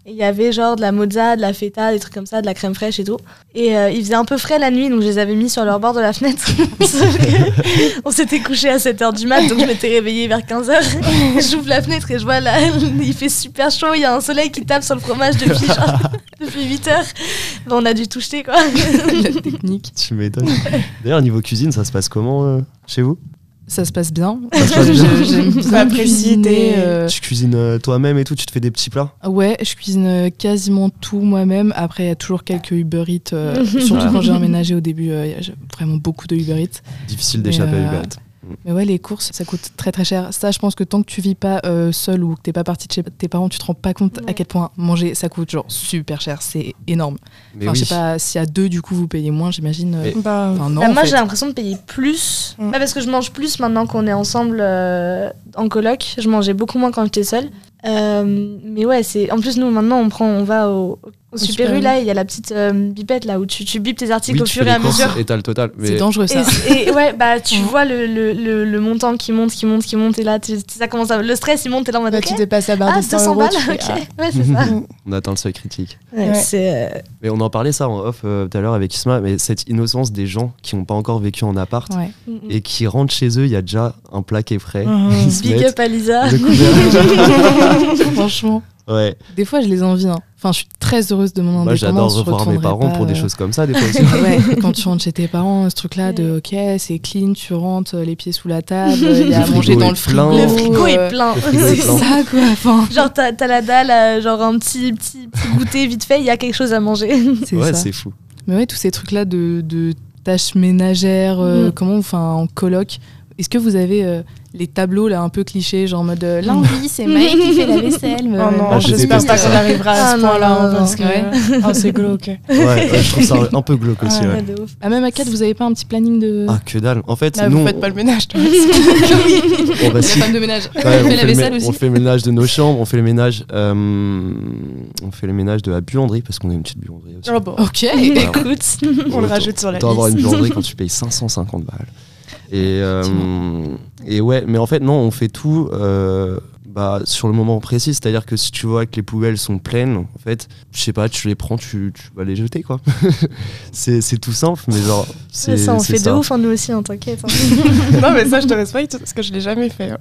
Speaker 7: Et il y avait genre de la mozza, de la feta, des trucs comme ça, de la crème fraîche et tout. Et euh, il faisait un peu frais la nuit, donc je les avais mis sur leur bord de la fenêtre. Sauf que on s'était couché à 7h du mat, donc je m'étais réveillée vers 15h. J'ouvre la fenêtre et je vois là, il fait super chaud, il y a un soleil qui tape sur le fromage depuis, genre, depuis 8h. Bah, on a dû tout jeter, quoi.
Speaker 2: La technique.
Speaker 1: Tu m'étonnes. D'ailleurs, niveau cuisine, ça se passe comment euh, chez vous
Speaker 2: Ça se passe bien.
Speaker 1: se passe bien.
Speaker 2: Je- J'aime
Speaker 8: Faut
Speaker 2: bien
Speaker 8: apprécier tes-
Speaker 2: cuisiner. euh,
Speaker 1: Tu cuisines euh, toi-même et tout Tu te fais des petits plats
Speaker 2: Ouais, je cuisine euh, quasiment tout moi-même. Après, il y a toujours quelques Uber Eats. euh, surtout quand j'ai emménagé au début, euh, j'ai vraiment beaucoup de Uber Eats.
Speaker 1: Difficile d'échapper
Speaker 2: Mais,
Speaker 1: à
Speaker 2: euh,
Speaker 1: Uber Eats.
Speaker 2: Mais ouais, les courses, ça coûte très très cher. Ça, je pense que tant que tu vis pas euh, seul ou que t'es pas parti de chez tes parents, tu te rends pas compte à
Speaker 7: Ouais.
Speaker 2: quel point manger ça coûte genre super cher. C'est énorme.
Speaker 1: Mais
Speaker 2: Enfin, je
Speaker 1: oui.
Speaker 2: sais pas si à deux du coup vous payez moins, j'imagine. euh,
Speaker 1: Mais-
Speaker 8: Bah,
Speaker 2: Enfin, non.
Speaker 7: Bah,
Speaker 2: en
Speaker 7: moi,
Speaker 2: fait.
Speaker 7: j'ai l'impression de payer plus.
Speaker 8: Mm.
Speaker 7: Bah, parce que je mange plus maintenant qu'on est ensemble euh, en coloc. Je mangeais beaucoup moins quand j'étais seule. Euh, mais ouais, c'est. En plus, nous, maintenant, on prend, on va au, au Super
Speaker 8: Super
Speaker 7: U,
Speaker 8: U.
Speaker 7: là, et il y a la petite euh, bipette, là, où tu, tu bipes tes
Speaker 1: Oui,
Speaker 7: articles au
Speaker 1: tu
Speaker 7: fur
Speaker 1: fais
Speaker 7: et à
Speaker 1: les courses euh,
Speaker 7: mesure.
Speaker 1: Et t'as le total.
Speaker 2: C'est
Speaker 1: Mais
Speaker 2: dangereux ça.
Speaker 7: Et, et ouais, bah, tu vois le, le, le, le montant qui monte, qui monte, qui monte, et là, tu- ça commence à. Le stress, il monte, et là, on va
Speaker 8: bah, tu dépasses la barre
Speaker 7: Ah,
Speaker 8: des 100
Speaker 7: 200
Speaker 8: euros,
Speaker 7: balles,
Speaker 8: tu fais,
Speaker 7: ok.
Speaker 8: ah.
Speaker 7: Ouais, c'est ça.
Speaker 1: on atteint le seuil critique.
Speaker 7: Mm. Ouais,
Speaker 8: Ouais.
Speaker 7: c'est. euh,
Speaker 1: Mais on en parlait ça en off euh, tout à l'heure avec Isma, mais cette innocence des gens qui n'ont pas encore vécu en appart
Speaker 2: Ouais.
Speaker 7: mm, mm.
Speaker 1: et qui rentrent chez eux, il y a déjà un plat qui est frais.
Speaker 8: Mhm.
Speaker 1: Ils se
Speaker 7: Big
Speaker 1: mettent
Speaker 7: up à Lisa.
Speaker 1: le couvert.
Speaker 2: Franchement,
Speaker 1: ouais.
Speaker 2: des fois je les envie. hein. Enfin, je suis très heureuse de mon
Speaker 1: Moi, j'adore
Speaker 2: indépendance. je
Speaker 1: revoir mes
Speaker 2: retournerai
Speaker 1: parents
Speaker 2: pas,
Speaker 1: pour des
Speaker 2: euh,
Speaker 1: choses comme ça, des fois aussi.
Speaker 2: Ouais, quand tu rentres chez tes parents, ce truc-là de ok, c'est clean, tu rentres, euh, les pieds sous la table, il y a à
Speaker 1: frigo
Speaker 2: manger dans
Speaker 1: est
Speaker 2: le frigo.
Speaker 1: plein.
Speaker 7: Le frigo
Speaker 2: euh,
Speaker 7: est plein.
Speaker 1: le frigo est
Speaker 2: C'est
Speaker 1: plein.
Speaker 2: ça quoi. Enfin,
Speaker 7: Genre, t'as t'as la dalle, euh, genre un petit, petit, petit goûter vite fait, il y a quelque chose à manger.
Speaker 2: c'est
Speaker 1: Ouais,
Speaker 2: ça.
Speaker 1: c'est fou.
Speaker 2: Mais ouais, tous ces trucs-là de, de tâches ménagères, euh,
Speaker 7: Mm.
Speaker 2: comment, enfin, en coloc. Est-ce que vous avez euh, les tableaux là un peu clichés, genre en mode euh, lundi c'est Mike qui fait la vaisselle. euh, mais-
Speaker 8: Oh non,
Speaker 1: Ah, je
Speaker 8: j'espère
Speaker 1: déteste
Speaker 8: pas
Speaker 1: ça.
Speaker 8: qu'on arrivera à
Speaker 7: Ah,
Speaker 8: ce
Speaker 7: non,
Speaker 8: point-là,
Speaker 7: non,
Speaker 8: hein,
Speaker 7: non,
Speaker 8: parce que
Speaker 2: ouais.
Speaker 8: Ah, c'est glauque.
Speaker 1: Ouais, ouais, je trouve ça un peu glauque aussi.
Speaker 8: Ah,
Speaker 1: ouais.
Speaker 7: Bah, de ouf.
Speaker 2: Ah, même à 4, vous avez pas un petit planning de.
Speaker 1: Ah, que dalle. En fait,
Speaker 8: Là,
Speaker 1: nous,
Speaker 8: vous
Speaker 1: on-
Speaker 8: faites pas le ménage. toi.
Speaker 1: on va
Speaker 2: La
Speaker 1: si-
Speaker 2: femme de ménage.
Speaker 1: Ouais,
Speaker 2: Elle
Speaker 1: on,
Speaker 2: fait la
Speaker 1: fait le
Speaker 2: vaisselle
Speaker 1: mé-
Speaker 2: aussi.
Speaker 1: on fait le ménage de nos chambres, on fait le ménage, euh, on fait le ménage de la buanderie parce qu'on a une petite buanderie aussi.
Speaker 8: Oh, bon.
Speaker 2: Ok.
Speaker 1: Voilà.
Speaker 7: Écoute,
Speaker 8: On le
Speaker 1: Autant-
Speaker 8: rajoute sur la
Speaker 1: autant avoir
Speaker 8: liste.
Speaker 1: une buanderie quand tu payes 550 balles. Et, euh, et ouais, mais en fait, non, on fait tout euh, bah, sur le moment précis. C'est-à-dire que si tu vois que les poubelles sont pleines, en fait, je sais pas, tu les prends, tu, tu vas les jeter, quoi. c'est c'est tout simple, mais genre, c'est
Speaker 7: ça, on
Speaker 1: c'est
Speaker 7: fait
Speaker 1: ça.
Speaker 7: de ouf, hein, nous aussi, hein, t'inquiète. hein.
Speaker 8: non, mais ça, je te respecte parce que je l'ai jamais fait. hein.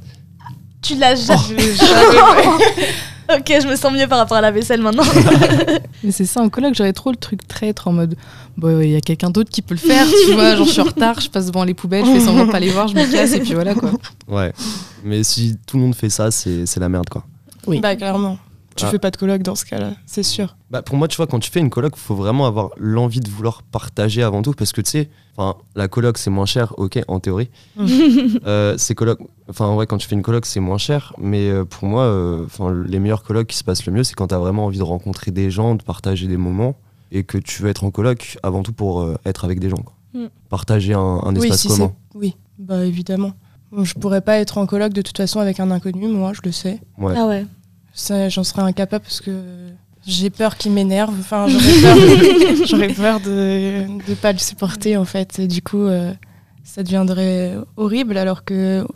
Speaker 7: tu l'as jamais.
Speaker 8: Je l'ai jamais fait.
Speaker 7: ok, je me sens mieux par rapport à la vaisselle maintenant.
Speaker 2: Mais c'est ça, en coloc, j'aurais trop le truc traître en mode bah, il y a quelqu'un d'autre qui peut le faire, tu vois. Genre, je suis en retard, je passe devant les poubelles, je fais semblant de pas les voir, je me casse et puis voilà quoi.
Speaker 1: Ouais. Mais si tout le monde fait ça, c'est c'est la merde, quoi.
Speaker 2: Oui.
Speaker 8: Bah, clairement. Tu
Speaker 1: Ah.
Speaker 8: fais pas de colloque dans ce cas-là, c'est sûr.
Speaker 1: Bah, pour moi, tu vois, quand tu fais une coloc, faut vraiment avoir l'envie de vouloir partager avant tout, parce que tu sais, enfin, la coloc c'est moins cher, ok, en théorie. Euh, c'est coloc, enfin ouais, quand tu fais une coloc c'est moins cher, mais euh, pour moi, euh, enfin, les meilleurs colocs qui se passent le mieux, c'est quand t'as vraiment envie de rencontrer des gens, de partager des moments, et que tu veux être en coloc avant tout pour euh, être avec des gens, quoi.
Speaker 7: Mm.
Speaker 1: Partager un, un
Speaker 8: oui,
Speaker 1: espace
Speaker 8: si
Speaker 1: commun.
Speaker 8: c'est- Oui, bah évidemment. Bon, je pourrais pas être en colloque de toute façon avec un inconnu, moi, je le sais.
Speaker 1: Ouais.
Speaker 7: Ah ouais.
Speaker 8: Ça, J'en serais incapable parce que j'ai peur qu'il m'énerve. Enfin, j'aurais peur, de- j'aurais peur de ne pas le supporter, en fait. Et du coup, euh, ça deviendrait horrible alors que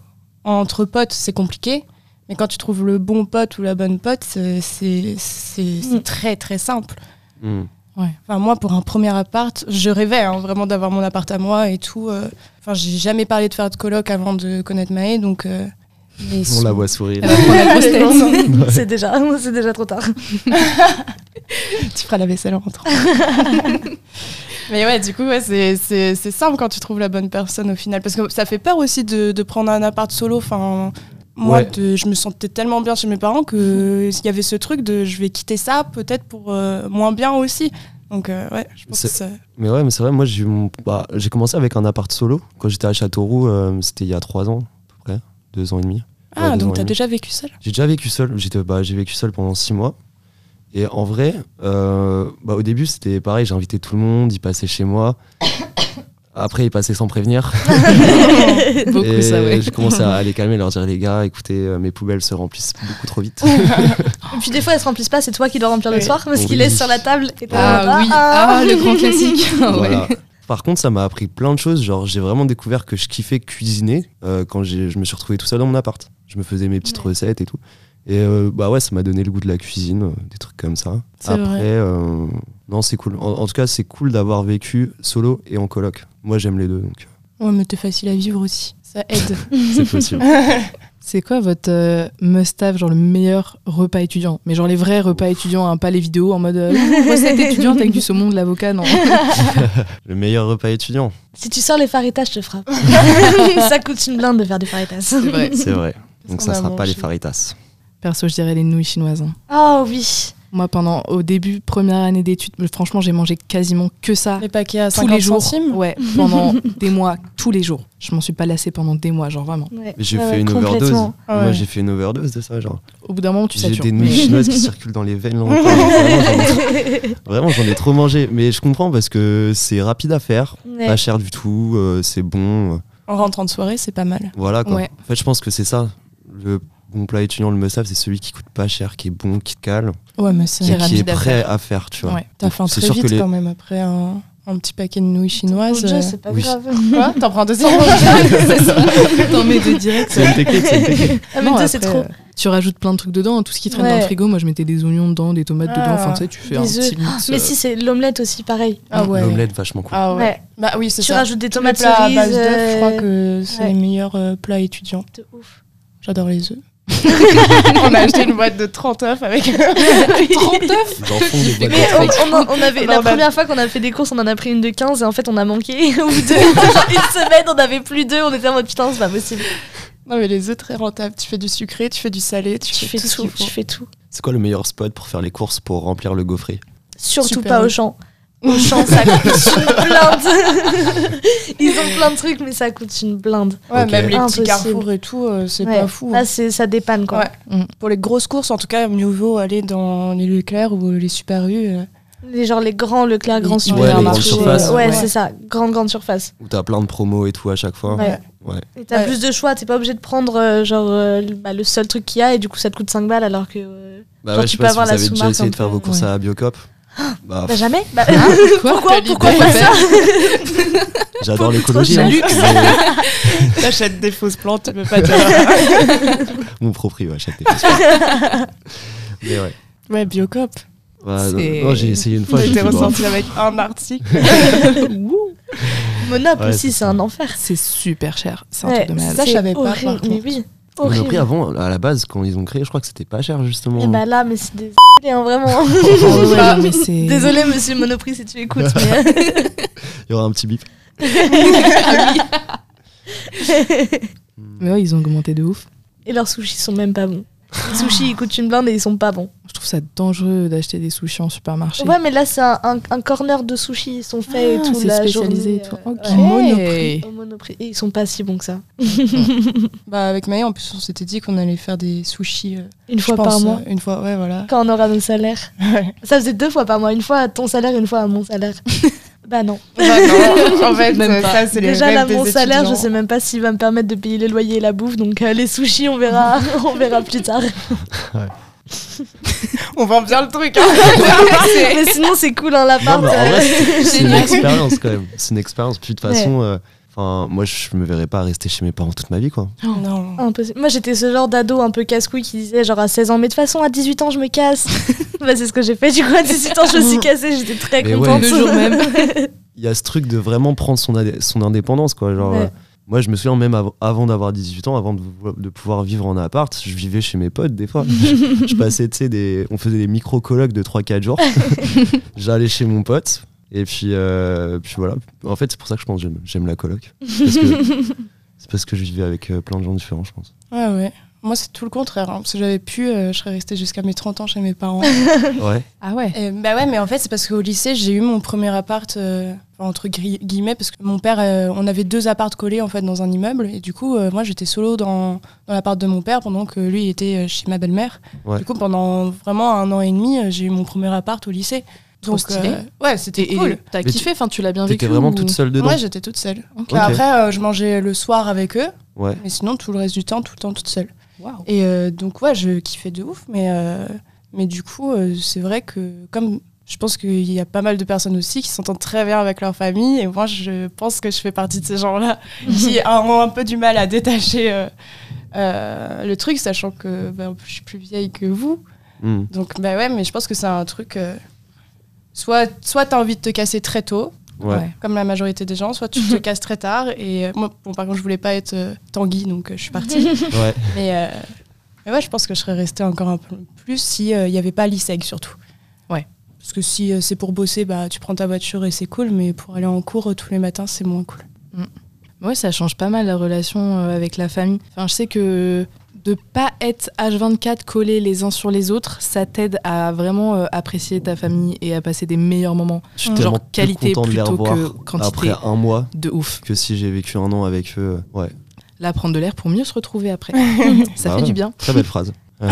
Speaker 8: entre potes, c'est compliqué. Mais quand tu trouves le bon pote ou la bonne pote, c'est c'est- c'est- c'est
Speaker 7: Mm.
Speaker 8: très, très simple.
Speaker 1: Mm.
Speaker 8: Enfin, moi, pour un premier appart, je rêvais hein, vraiment d'avoir mon appart à moi et tout. euh. Enfin, j'ai jamais parlé de faire de coloc avant de connaître Maë, donc. euh, mais
Speaker 1: On
Speaker 8: son-
Speaker 1: la voit sourire.
Speaker 7: c'est déjà, c'est déjà trop tard.
Speaker 8: tu feras la vaisselle en rentrant. mais ouais, du coup, ouais, c'est- c'est c'est simple quand tu trouves la bonne personne au final. Parce que ça fait peur aussi de, de prendre un appart solo. Enfin, moi,
Speaker 1: Ouais.
Speaker 8: de- je me sentais tellement bien chez mes parents que il y avait ce truc de je vais quitter ça peut-être pour euh, moins bien aussi. Donc, euh, ouais, je pense que
Speaker 1: C'est-
Speaker 8: ça-
Speaker 1: Mais ouais, mais c'est vrai, moi j'ai eu mon- bah, j'ai commencé avec un appart solo quand j'étais à Châteauroux, euh, c'était il y a trois ans à peu près, deux ans et demi.
Speaker 8: Ah,
Speaker 1: Ouais, deux ans
Speaker 8: donc
Speaker 1: et
Speaker 8: t'as
Speaker 1: demi.
Speaker 8: déjà vécu ça là
Speaker 1: J'ai déjà vécu seul. J'étais, bah, j'ai vécu seul pendant six mois. Et en vrai, euh, bah, au début, c'était pareil. J'ai invité tout le monde. Ils passaient chez moi. Après, ils passaient sans prévenir.
Speaker 2: Beaucoup
Speaker 1: et
Speaker 2: ça, ouais.
Speaker 1: j'ai commencé à les calmer, leur dire les gars, écoutez, euh, mes poubelles se remplissent beaucoup trop vite.
Speaker 7: Et puis des fois, elles se remplissent pas, c'est toi qui dois remplir le
Speaker 8: Oui.
Speaker 7: soir parce
Speaker 1: Oui.
Speaker 7: qu'ils laissent sur la table. Et t'as-
Speaker 2: Ah oui, ah le grand classique. Ah, ouais.
Speaker 1: Voilà. Par contre, ça m'a appris plein de choses. Genre, j'ai vraiment découvert que je kiffais cuisiner euh, quand j'ai- je me suis retrouvé tout seul dans mon appart. Je me faisais mes petites recettes et tout. Et euh, bah ouais, ça m'a donné le goût de la cuisine, euh, des trucs comme ça.
Speaker 8: C'est
Speaker 1: Après,
Speaker 8: vrai.
Speaker 1: euh, non, c'est cool. En, en tout cas, c'est cool d'avoir vécu solo et en coloc. Moi, j'aime les deux, donc euh,
Speaker 8: Ouais, mais t'es facile à vivre aussi. Ça aide.
Speaker 1: c'est possible.
Speaker 2: C'est quoi votre euh, must-have, genre le meilleur repas étudiant Mais genre les vrais repas étudiants, hein, pas les vidéos en mode euh, recette étudiante avec du saumon, de l'avocat, non.
Speaker 1: le meilleur repas étudiant,
Speaker 7: Si tu sors les faritas, je te frappe. ça coûte une blinde de faire des faritas.
Speaker 2: C'est vrai.
Speaker 1: c'est vrai. Donc,
Speaker 8: qu'on
Speaker 1: ça
Speaker 8: a
Speaker 1: sera pas les
Speaker 8: mangé
Speaker 1: faritas.
Speaker 2: Perso, je dirais les nouilles chinoises. hein.
Speaker 1: Ah
Speaker 7: Oh oui.
Speaker 2: Moi, pendant au début, première année d'études, mais franchement, j'ai mangé quasiment que ça
Speaker 8: Les paquets à
Speaker 2: tous
Speaker 8: 50
Speaker 2: les jours.
Speaker 8: centimes.
Speaker 2: Ouais, pendant des mois, tous les jours. Je m'en suis pas lassée pendant des mois, genre vraiment.
Speaker 1: J'ai
Speaker 7: Ouais,
Speaker 1: fait
Speaker 7: ouais,
Speaker 1: une
Speaker 7: complètement.
Speaker 1: overdose.
Speaker 8: Ah
Speaker 1: Moi,
Speaker 8: ouais.
Speaker 1: j'ai fait une overdose de ça, genre.
Speaker 2: Au bout d'un moment, tu
Speaker 1: J'ai
Speaker 2: satures.
Speaker 1: des nouilles chinoises qui circulent dans les veines. là, encore. Vraiment, j'en ai trop- Vraiment, j'en ai trop mangé. Mais je comprends parce que c'est rapide à faire,
Speaker 7: Ouais.
Speaker 1: pas cher du tout, euh, c'est bon. euh,
Speaker 8: En rentrant de soirée, c'est pas mal.
Speaker 1: voilà quoi.
Speaker 2: Ouais.
Speaker 1: En fait, je pense que c'est ça. Le bon plat étudiant, le must-have, c'est celui qui coûte pas cher, qui est bon, qui te cale,
Speaker 8: Ouais, mais
Speaker 1: qui,
Speaker 8: c'est
Speaker 1: est- qui est
Speaker 2: rapide à
Speaker 1: prêt à faire, tu vois.
Speaker 2: Ouais.
Speaker 8: T'as faim
Speaker 1: C'est
Speaker 8: très
Speaker 1: sûr que
Speaker 8: vite
Speaker 1: les-
Speaker 8: quand même après un, un petit paquet de nouilles chinoises.
Speaker 7: Dieu,
Speaker 8: euh.
Speaker 7: c'est pas
Speaker 1: oui.
Speaker 7: grave.
Speaker 8: Quoi T'en prends un deuxième
Speaker 2: C'est ça. T'en mets deux direct.
Speaker 1: C'est une technique, c'est une technique.
Speaker 7: Ah, mais
Speaker 2: Non,
Speaker 7: toi, c'est
Speaker 2: après,
Speaker 7: trop.
Speaker 2: euh, Tu rajoutes plein de trucs dedans, hein. tout ce qui traîne dans le
Speaker 7: Ouais.
Speaker 2: frigo. Moi, je mettais des oignons dedans, des tomates dedans.
Speaker 8: Ah,
Speaker 2: Enfin, tu sais, tu fais un
Speaker 7: des œufs.
Speaker 2: petit mix.
Speaker 7: Mais
Speaker 2: euh,
Speaker 7: si, c'est l'omelette aussi, pareil.
Speaker 8: Ah ouais.
Speaker 1: L'omelette, vachement cool.
Speaker 8: Ah ouais.
Speaker 7: Ouais.
Speaker 8: Bah oui, c'est
Speaker 7: Tu
Speaker 8: ça.
Speaker 7: rajoutes des
Speaker 8: Tous les
Speaker 7: tomates
Speaker 8: plats à
Speaker 7: cerises.
Speaker 8: base d'œufs, je crois
Speaker 7: euh,
Speaker 8: que c'est
Speaker 7: ouais.
Speaker 8: les meilleurs euh, plats étudiants.
Speaker 7: de ouf.
Speaker 8: J'adore les œufs. on a acheté une boîte de 30 œufs avec
Speaker 2: 30 œufs
Speaker 1: Dans le fond des boîtes
Speaker 7: Mais
Speaker 1: de
Speaker 7: on,
Speaker 1: frites.
Speaker 7: on en- on avait,
Speaker 8: Non,
Speaker 7: la
Speaker 8: bah-
Speaker 7: première fois qu'on a fait des courses, on en a pris une de 15 et en fait on a manqué. Au bout de genre une semaine, on avait plus deux. On était en mode putain, c'est pas possible.
Speaker 8: Non, mais les œufs très rentables. Tu fais du sucré, tu fais du salé, tu,
Speaker 7: Tu
Speaker 8: fais, tout, ce qu'il faut.
Speaker 7: tu fais tout.
Speaker 1: C'est quoi le meilleur spot pour faire les courses pour remplir le gaufrier
Speaker 7: Surtout
Speaker 8: Super
Speaker 7: pas
Speaker 8: bon.
Speaker 7: au champ. Au champ, ça coûte une blinde. Ils ont plein de trucs, mais ça coûte une blinde.
Speaker 8: Ouais,
Speaker 1: Ok.
Speaker 8: même les
Speaker 7: Impossible.
Speaker 8: petits carrefours et tout, euh, c'est
Speaker 7: Ouais.
Speaker 8: pas fou.
Speaker 7: Là, c'est- ça dépanne quoi.
Speaker 8: Ouais. Pour les grosses courses, en tout cas, mieux vaut aller dans les Leclerc ou les Super U. euh.
Speaker 7: Les, genre les grands Leclerc, grands
Speaker 8: Ouais,
Speaker 1: les
Speaker 7: supermarchés.
Speaker 1: grandes surfaces.
Speaker 7: ouais,
Speaker 8: Ouais.
Speaker 7: c'est ça. Grande, grande surface.
Speaker 1: Où t'as plein de promos et tout à chaque fois.
Speaker 7: Ouais.
Speaker 1: Ouais.
Speaker 7: Et t'as
Speaker 8: Ouais.
Speaker 7: plus de choix. T'es pas obligé de prendre euh, genre euh, le- bah, le seul truc qu'il y a et du coup ça te coûte 5 balles alors que. euh,
Speaker 1: Bah
Speaker 7: Genre,
Speaker 1: ouais,
Speaker 7: tu
Speaker 1: je sais
Speaker 7: peux
Speaker 1: pas si vous
Speaker 7: avoir la
Speaker 1: avez déjà
Speaker 7: sous-marque
Speaker 1: essayé de
Speaker 7: en
Speaker 1: faire vos
Speaker 8: plus,
Speaker 1: courses
Speaker 8: ouais.
Speaker 1: à Biocop. Bah,
Speaker 7: Bah jamais. Bah,
Speaker 2: Pourquoi
Speaker 7: Pourquoi pas ça
Speaker 1: j'adore
Speaker 7: trop
Speaker 1: l'écologie.
Speaker 7: cher.
Speaker 1: hein. Mais-
Speaker 8: T'achètes des fausses plantes, tu peux pas te.
Speaker 1: Mon proprio à chaque fois. Mais ouais.
Speaker 8: Ouais, Biocop.
Speaker 1: Bah, non,
Speaker 2: C'est-
Speaker 1: non, j'ai essayé une fois.
Speaker 8: J'ai
Speaker 1: j'ai
Speaker 8: été
Speaker 1: fait, bah,
Speaker 8: ressorti avec un article.
Speaker 7: Monop
Speaker 1: Ouais,
Speaker 7: aussi,
Speaker 1: c'est
Speaker 7: c'est un enfer.
Speaker 2: C'est super cher, c'est un
Speaker 7: Ouais,
Speaker 2: truc de malade.
Speaker 8: ça, je
Speaker 7: c'est
Speaker 8: savais pas, par
Speaker 7: horrible, Mais
Speaker 8: contre.
Speaker 7: oui,
Speaker 1: Mais après,
Speaker 7: horrible.
Speaker 1: avant, à la base, quand ils ont créé, je crois que c'était pas cher, justement.
Speaker 7: Et bah là, mais c'est des hein, vraiment.
Speaker 2: Oh,
Speaker 7: Bah,
Speaker 2: Ouais, mais c'est-
Speaker 7: Ah, Désolé, monsieur Monoprix, si tu écoutes. mais-
Speaker 1: Il y aura un petit bip.
Speaker 2: Mais ouais, ils ont augmenté de ouf.
Speaker 7: Et leurs sushis sont même pas bons. Les sushis, ils coûtent une blinde et ils sont pas bons.
Speaker 2: Je trouve ça dangereux d'acheter des sushis en supermarché.
Speaker 7: Ouais, mais là, c'est un, un- un corner de sushis. Ils sont faits
Speaker 2: Ah,
Speaker 7: et tout.
Speaker 2: c'est
Speaker 7: la
Speaker 2: spécialisé et
Speaker 7: journée,
Speaker 2: tout.
Speaker 7: euh,
Speaker 2: Ok.
Speaker 7: ouais.
Speaker 2: Monoprix.
Speaker 7: Au Monoprix. Et ils sont pas si bons que ça.
Speaker 8: Bah, avec Maya, en plus, on s'était dit qu'on allait faire des sushis. euh,
Speaker 7: Une
Speaker 8: je
Speaker 7: fois
Speaker 8: pense,
Speaker 7: par mois.
Speaker 8: euh, Une fois, ouais, voilà.
Speaker 7: Quand on aura nos salaires.
Speaker 8: Ouais.
Speaker 7: Ça faisait deux fois par mois. Une fois à ton salaire, une fois à mon salaire. bah non.
Speaker 8: en fait,
Speaker 2: Même
Speaker 8: euh,
Speaker 2: pas.
Speaker 8: ça, c'est les
Speaker 7: Déjà,
Speaker 8: rêves
Speaker 7: là,
Speaker 8: des
Speaker 7: mon salaire, je
Speaker 8: étudiants.
Speaker 7: sais même pas s'il va me permettre de payer le loyer et la bouffe. Donc, euh, les sushis, on verra, on verra plus tard.
Speaker 8: On vend bien le truc. hein. C'est-
Speaker 7: Mais sinon, c'est cool, hein,
Speaker 1: Non,
Speaker 7: l'appart.
Speaker 1: mais en
Speaker 7: euh,
Speaker 1: vrai, c'est- c'est une
Speaker 8: Génial.
Speaker 1: expérience, quand même. C'est une expérience. Puis, de toute façon, euh, enfin, moi, je me verrais pas rester chez mes parents toute ma vie, quoi.
Speaker 8: non.
Speaker 7: Impossible. Moi, j'étais ce genre d'ado un peu casse-couille qui disait, genre, à 16 ans, mais de toute façon, à 18 ans, je me casse. bah, c'est ce que j'ai fait. Du coup, à 18 ans, je me suis cassée. J'étais très
Speaker 1: Mais
Speaker 7: contente.
Speaker 1: ouais.
Speaker 2: Le jour même.
Speaker 1: Il y a ce truc de vraiment prendre son, adé- son indépendance, quoi. Genre,
Speaker 7: Ouais.
Speaker 1: euh, moi, je me souviens même av- avant d'avoir 18 ans, avant de, vou- de pouvoir vivre en appart, je vivais chez mes potes, des fois. je, je passais, tu sais, des... on faisait des micro-colloques de 3-4 jours. J'allais chez mon pote. Et puis, euh, puis voilà. En fait, c'est pour ça que je pense que j'aime- j'aime la coloc. Parce que- C'est parce que je vivais avec euh, plein de gens différents, je pense.
Speaker 8: Ouais, ouais. Moi, c'est tout le contraire. hein. Si j'avais pu, euh, je serais restée jusqu'à mes 30 ans chez mes parents.
Speaker 1: Ouais.
Speaker 2: Ah ouais.
Speaker 8: Euh, bah ouais, mais en fait, c'est parce qu'au lycée, j'ai eu mon premier appart, euh, enfin, entre gri- guillemets, parce que mon père, euh, on avait deux apparts collés en fait dans un immeuble, et du coup, euh, moi, j'étais solo dans, dans l'appart de mon père pendant que lui il était euh, chez ma belle-mère.
Speaker 1: Ouais.
Speaker 8: Du coup, pendant vraiment un an et demi, euh, j'ai eu mon premier appart au lycée.
Speaker 2: Trop stylé.
Speaker 8: ouais, c'était
Speaker 2: Et- et
Speaker 8: euh, cool.
Speaker 2: T'as
Speaker 1: Mais
Speaker 2: kiffé, enfin tu l'as bien vécu.
Speaker 1: T'étais vraiment
Speaker 2: ou-
Speaker 1: toute seule dedans
Speaker 8: Moi, j'étais toute seule.
Speaker 2: Ok.
Speaker 8: Bah, Après, euh, je mangeais le soir avec eux,
Speaker 1: Ouais.
Speaker 8: mais sinon, tout le reste du temps, tout le temps toute seule.
Speaker 2: Waouh.
Speaker 8: Et euh, donc, ouais, je kiffais de ouf, mais, euh, mais du coup, euh, c'est vrai que comme je pense qu'il y a pas mal de personnes aussi qui s'entendent très bien avec leur famille, et moi, je pense que je fais partie de ces gens-là qui a- ont un peu du mal à détacher euh, euh, le truc, sachant que bah, je suis plus vieille que vous.
Speaker 1: Mm.
Speaker 8: Donc, bah ouais, mais je pense que c'est un truc. euh, soit soit t'as envie de te casser très tôt,
Speaker 1: Ouais.
Speaker 2: Ouais.
Speaker 8: comme la majorité des gens, soit tu te casses très tard. Et euh, moi, bon, par contre, je voulais pas être euh, Tanguy, donc euh, je suis partie.
Speaker 1: Ouais.
Speaker 8: mais, euh, mais ouais, je pense que je serais restée encore un peu plus si euh, il n'y avait pas l'ISEG surtout.
Speaker 2: Ouais.
Speaker 8: Parce que si euh, c'est pour bosser, bah tu prends ta voiture et c'est cool, mais pour aller en cours euh, tous les matins, c'est moins cool.
Speaker 2: Ouais, ça change pas mal la relation euh, avec la famille. Enfin, je sais que de pas être H24 collés les uns sur les autres, ça t'aide à vraiment euh, apprécier ta famille et à passer des meilleurs moments.
Speaker 1: Je suis
Speaker 2: Genre
Speaker 1: tellement plus
Speaker 2: qualité
Speaker 1: content de les
Speaker 2: plutôt
Speaker 1: revoir
Speaker 2: que quantité.
Speaker 1: Après un mois,
Speaker 2: De ouf.
Speaker 1: que si j'ai vécu un an avec eux. Ouais.
Speaker 2: Là, prendre de l'air pour mieux se retrouver après. ça
Speaker 1: Bah
Speaker 2: fait
Speaker 1: ouais.
Speaker 2: du bien.
Speaker 1: Très belle phrase. Euh,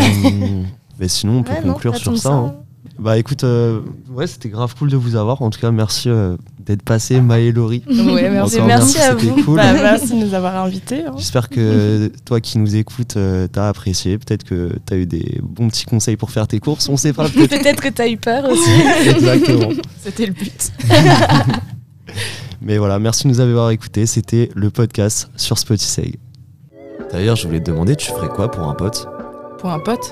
Speaker 1: mais sinon, on peut
Speaker 7: Ouais, non,
Speaker 1: conclure
Speaker 7: pas
Speaker 1: sur
Speaker 7: tant
Speaker 1: ça.
Speaker 7: que
Speaker 1: hein. Bah écoute, euh, ouais, c'était grave cool de vous avoir. En tout cas, merci euh, d'être passé, Maë et Laurie.
Speaker 2: Ouais, merci.
Speaker 1: Encore
Speaker 7: merci à
Speaker 1: c'était
Speaker 7: vous.
Speaker 1: cool.
Speaker 8: Bah, merci de nous avoir invités. hein.
Speaker 1: J'espère que toi qui nous écoutes, euh, t'as apprécié. Peut-être que t'as eu des bons petits conseils pour faire tes courses. On sait pas, peut-être.
Speaker 7: Peut-être que t'as eu peur aussi.
Speaker 1: Exactement.
Speaker 8: C'était le but.
Speaker 1: Mais voilà, merci de nous avoir écoutés. C'était le podcast sur Spotify. D'ailleurs, je voulais te demander, tu ferais quoi pour un pote
Speaker 2: Pour un pote,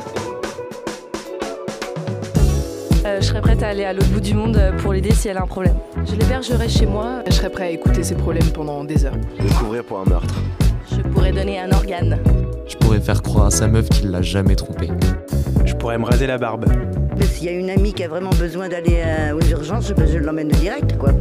Speaker 3: Euh, je serais prête à aller à l'autre bout du monde euh, pour l'aider si elle a un problème. Je l'hébergerai chez moi.
Speaker 2: je serais prêt à écouter ses problèmes pendant des heures.
Speaker 4: Découvrir pour un meurtre.
Speaker 3: Je pourrais m'aurais donné un organe.
Speaker 1: Je pourrais faire croire à sa meuf qu'il l'a jamais trompée.
Speaker 5: Je pourrais me raser la barbe.
Speaker 6: Mais s'il y a une amie qui a vraiment besoin d'aller euh, aux urgences, ben, je l'emmène direct, quoi.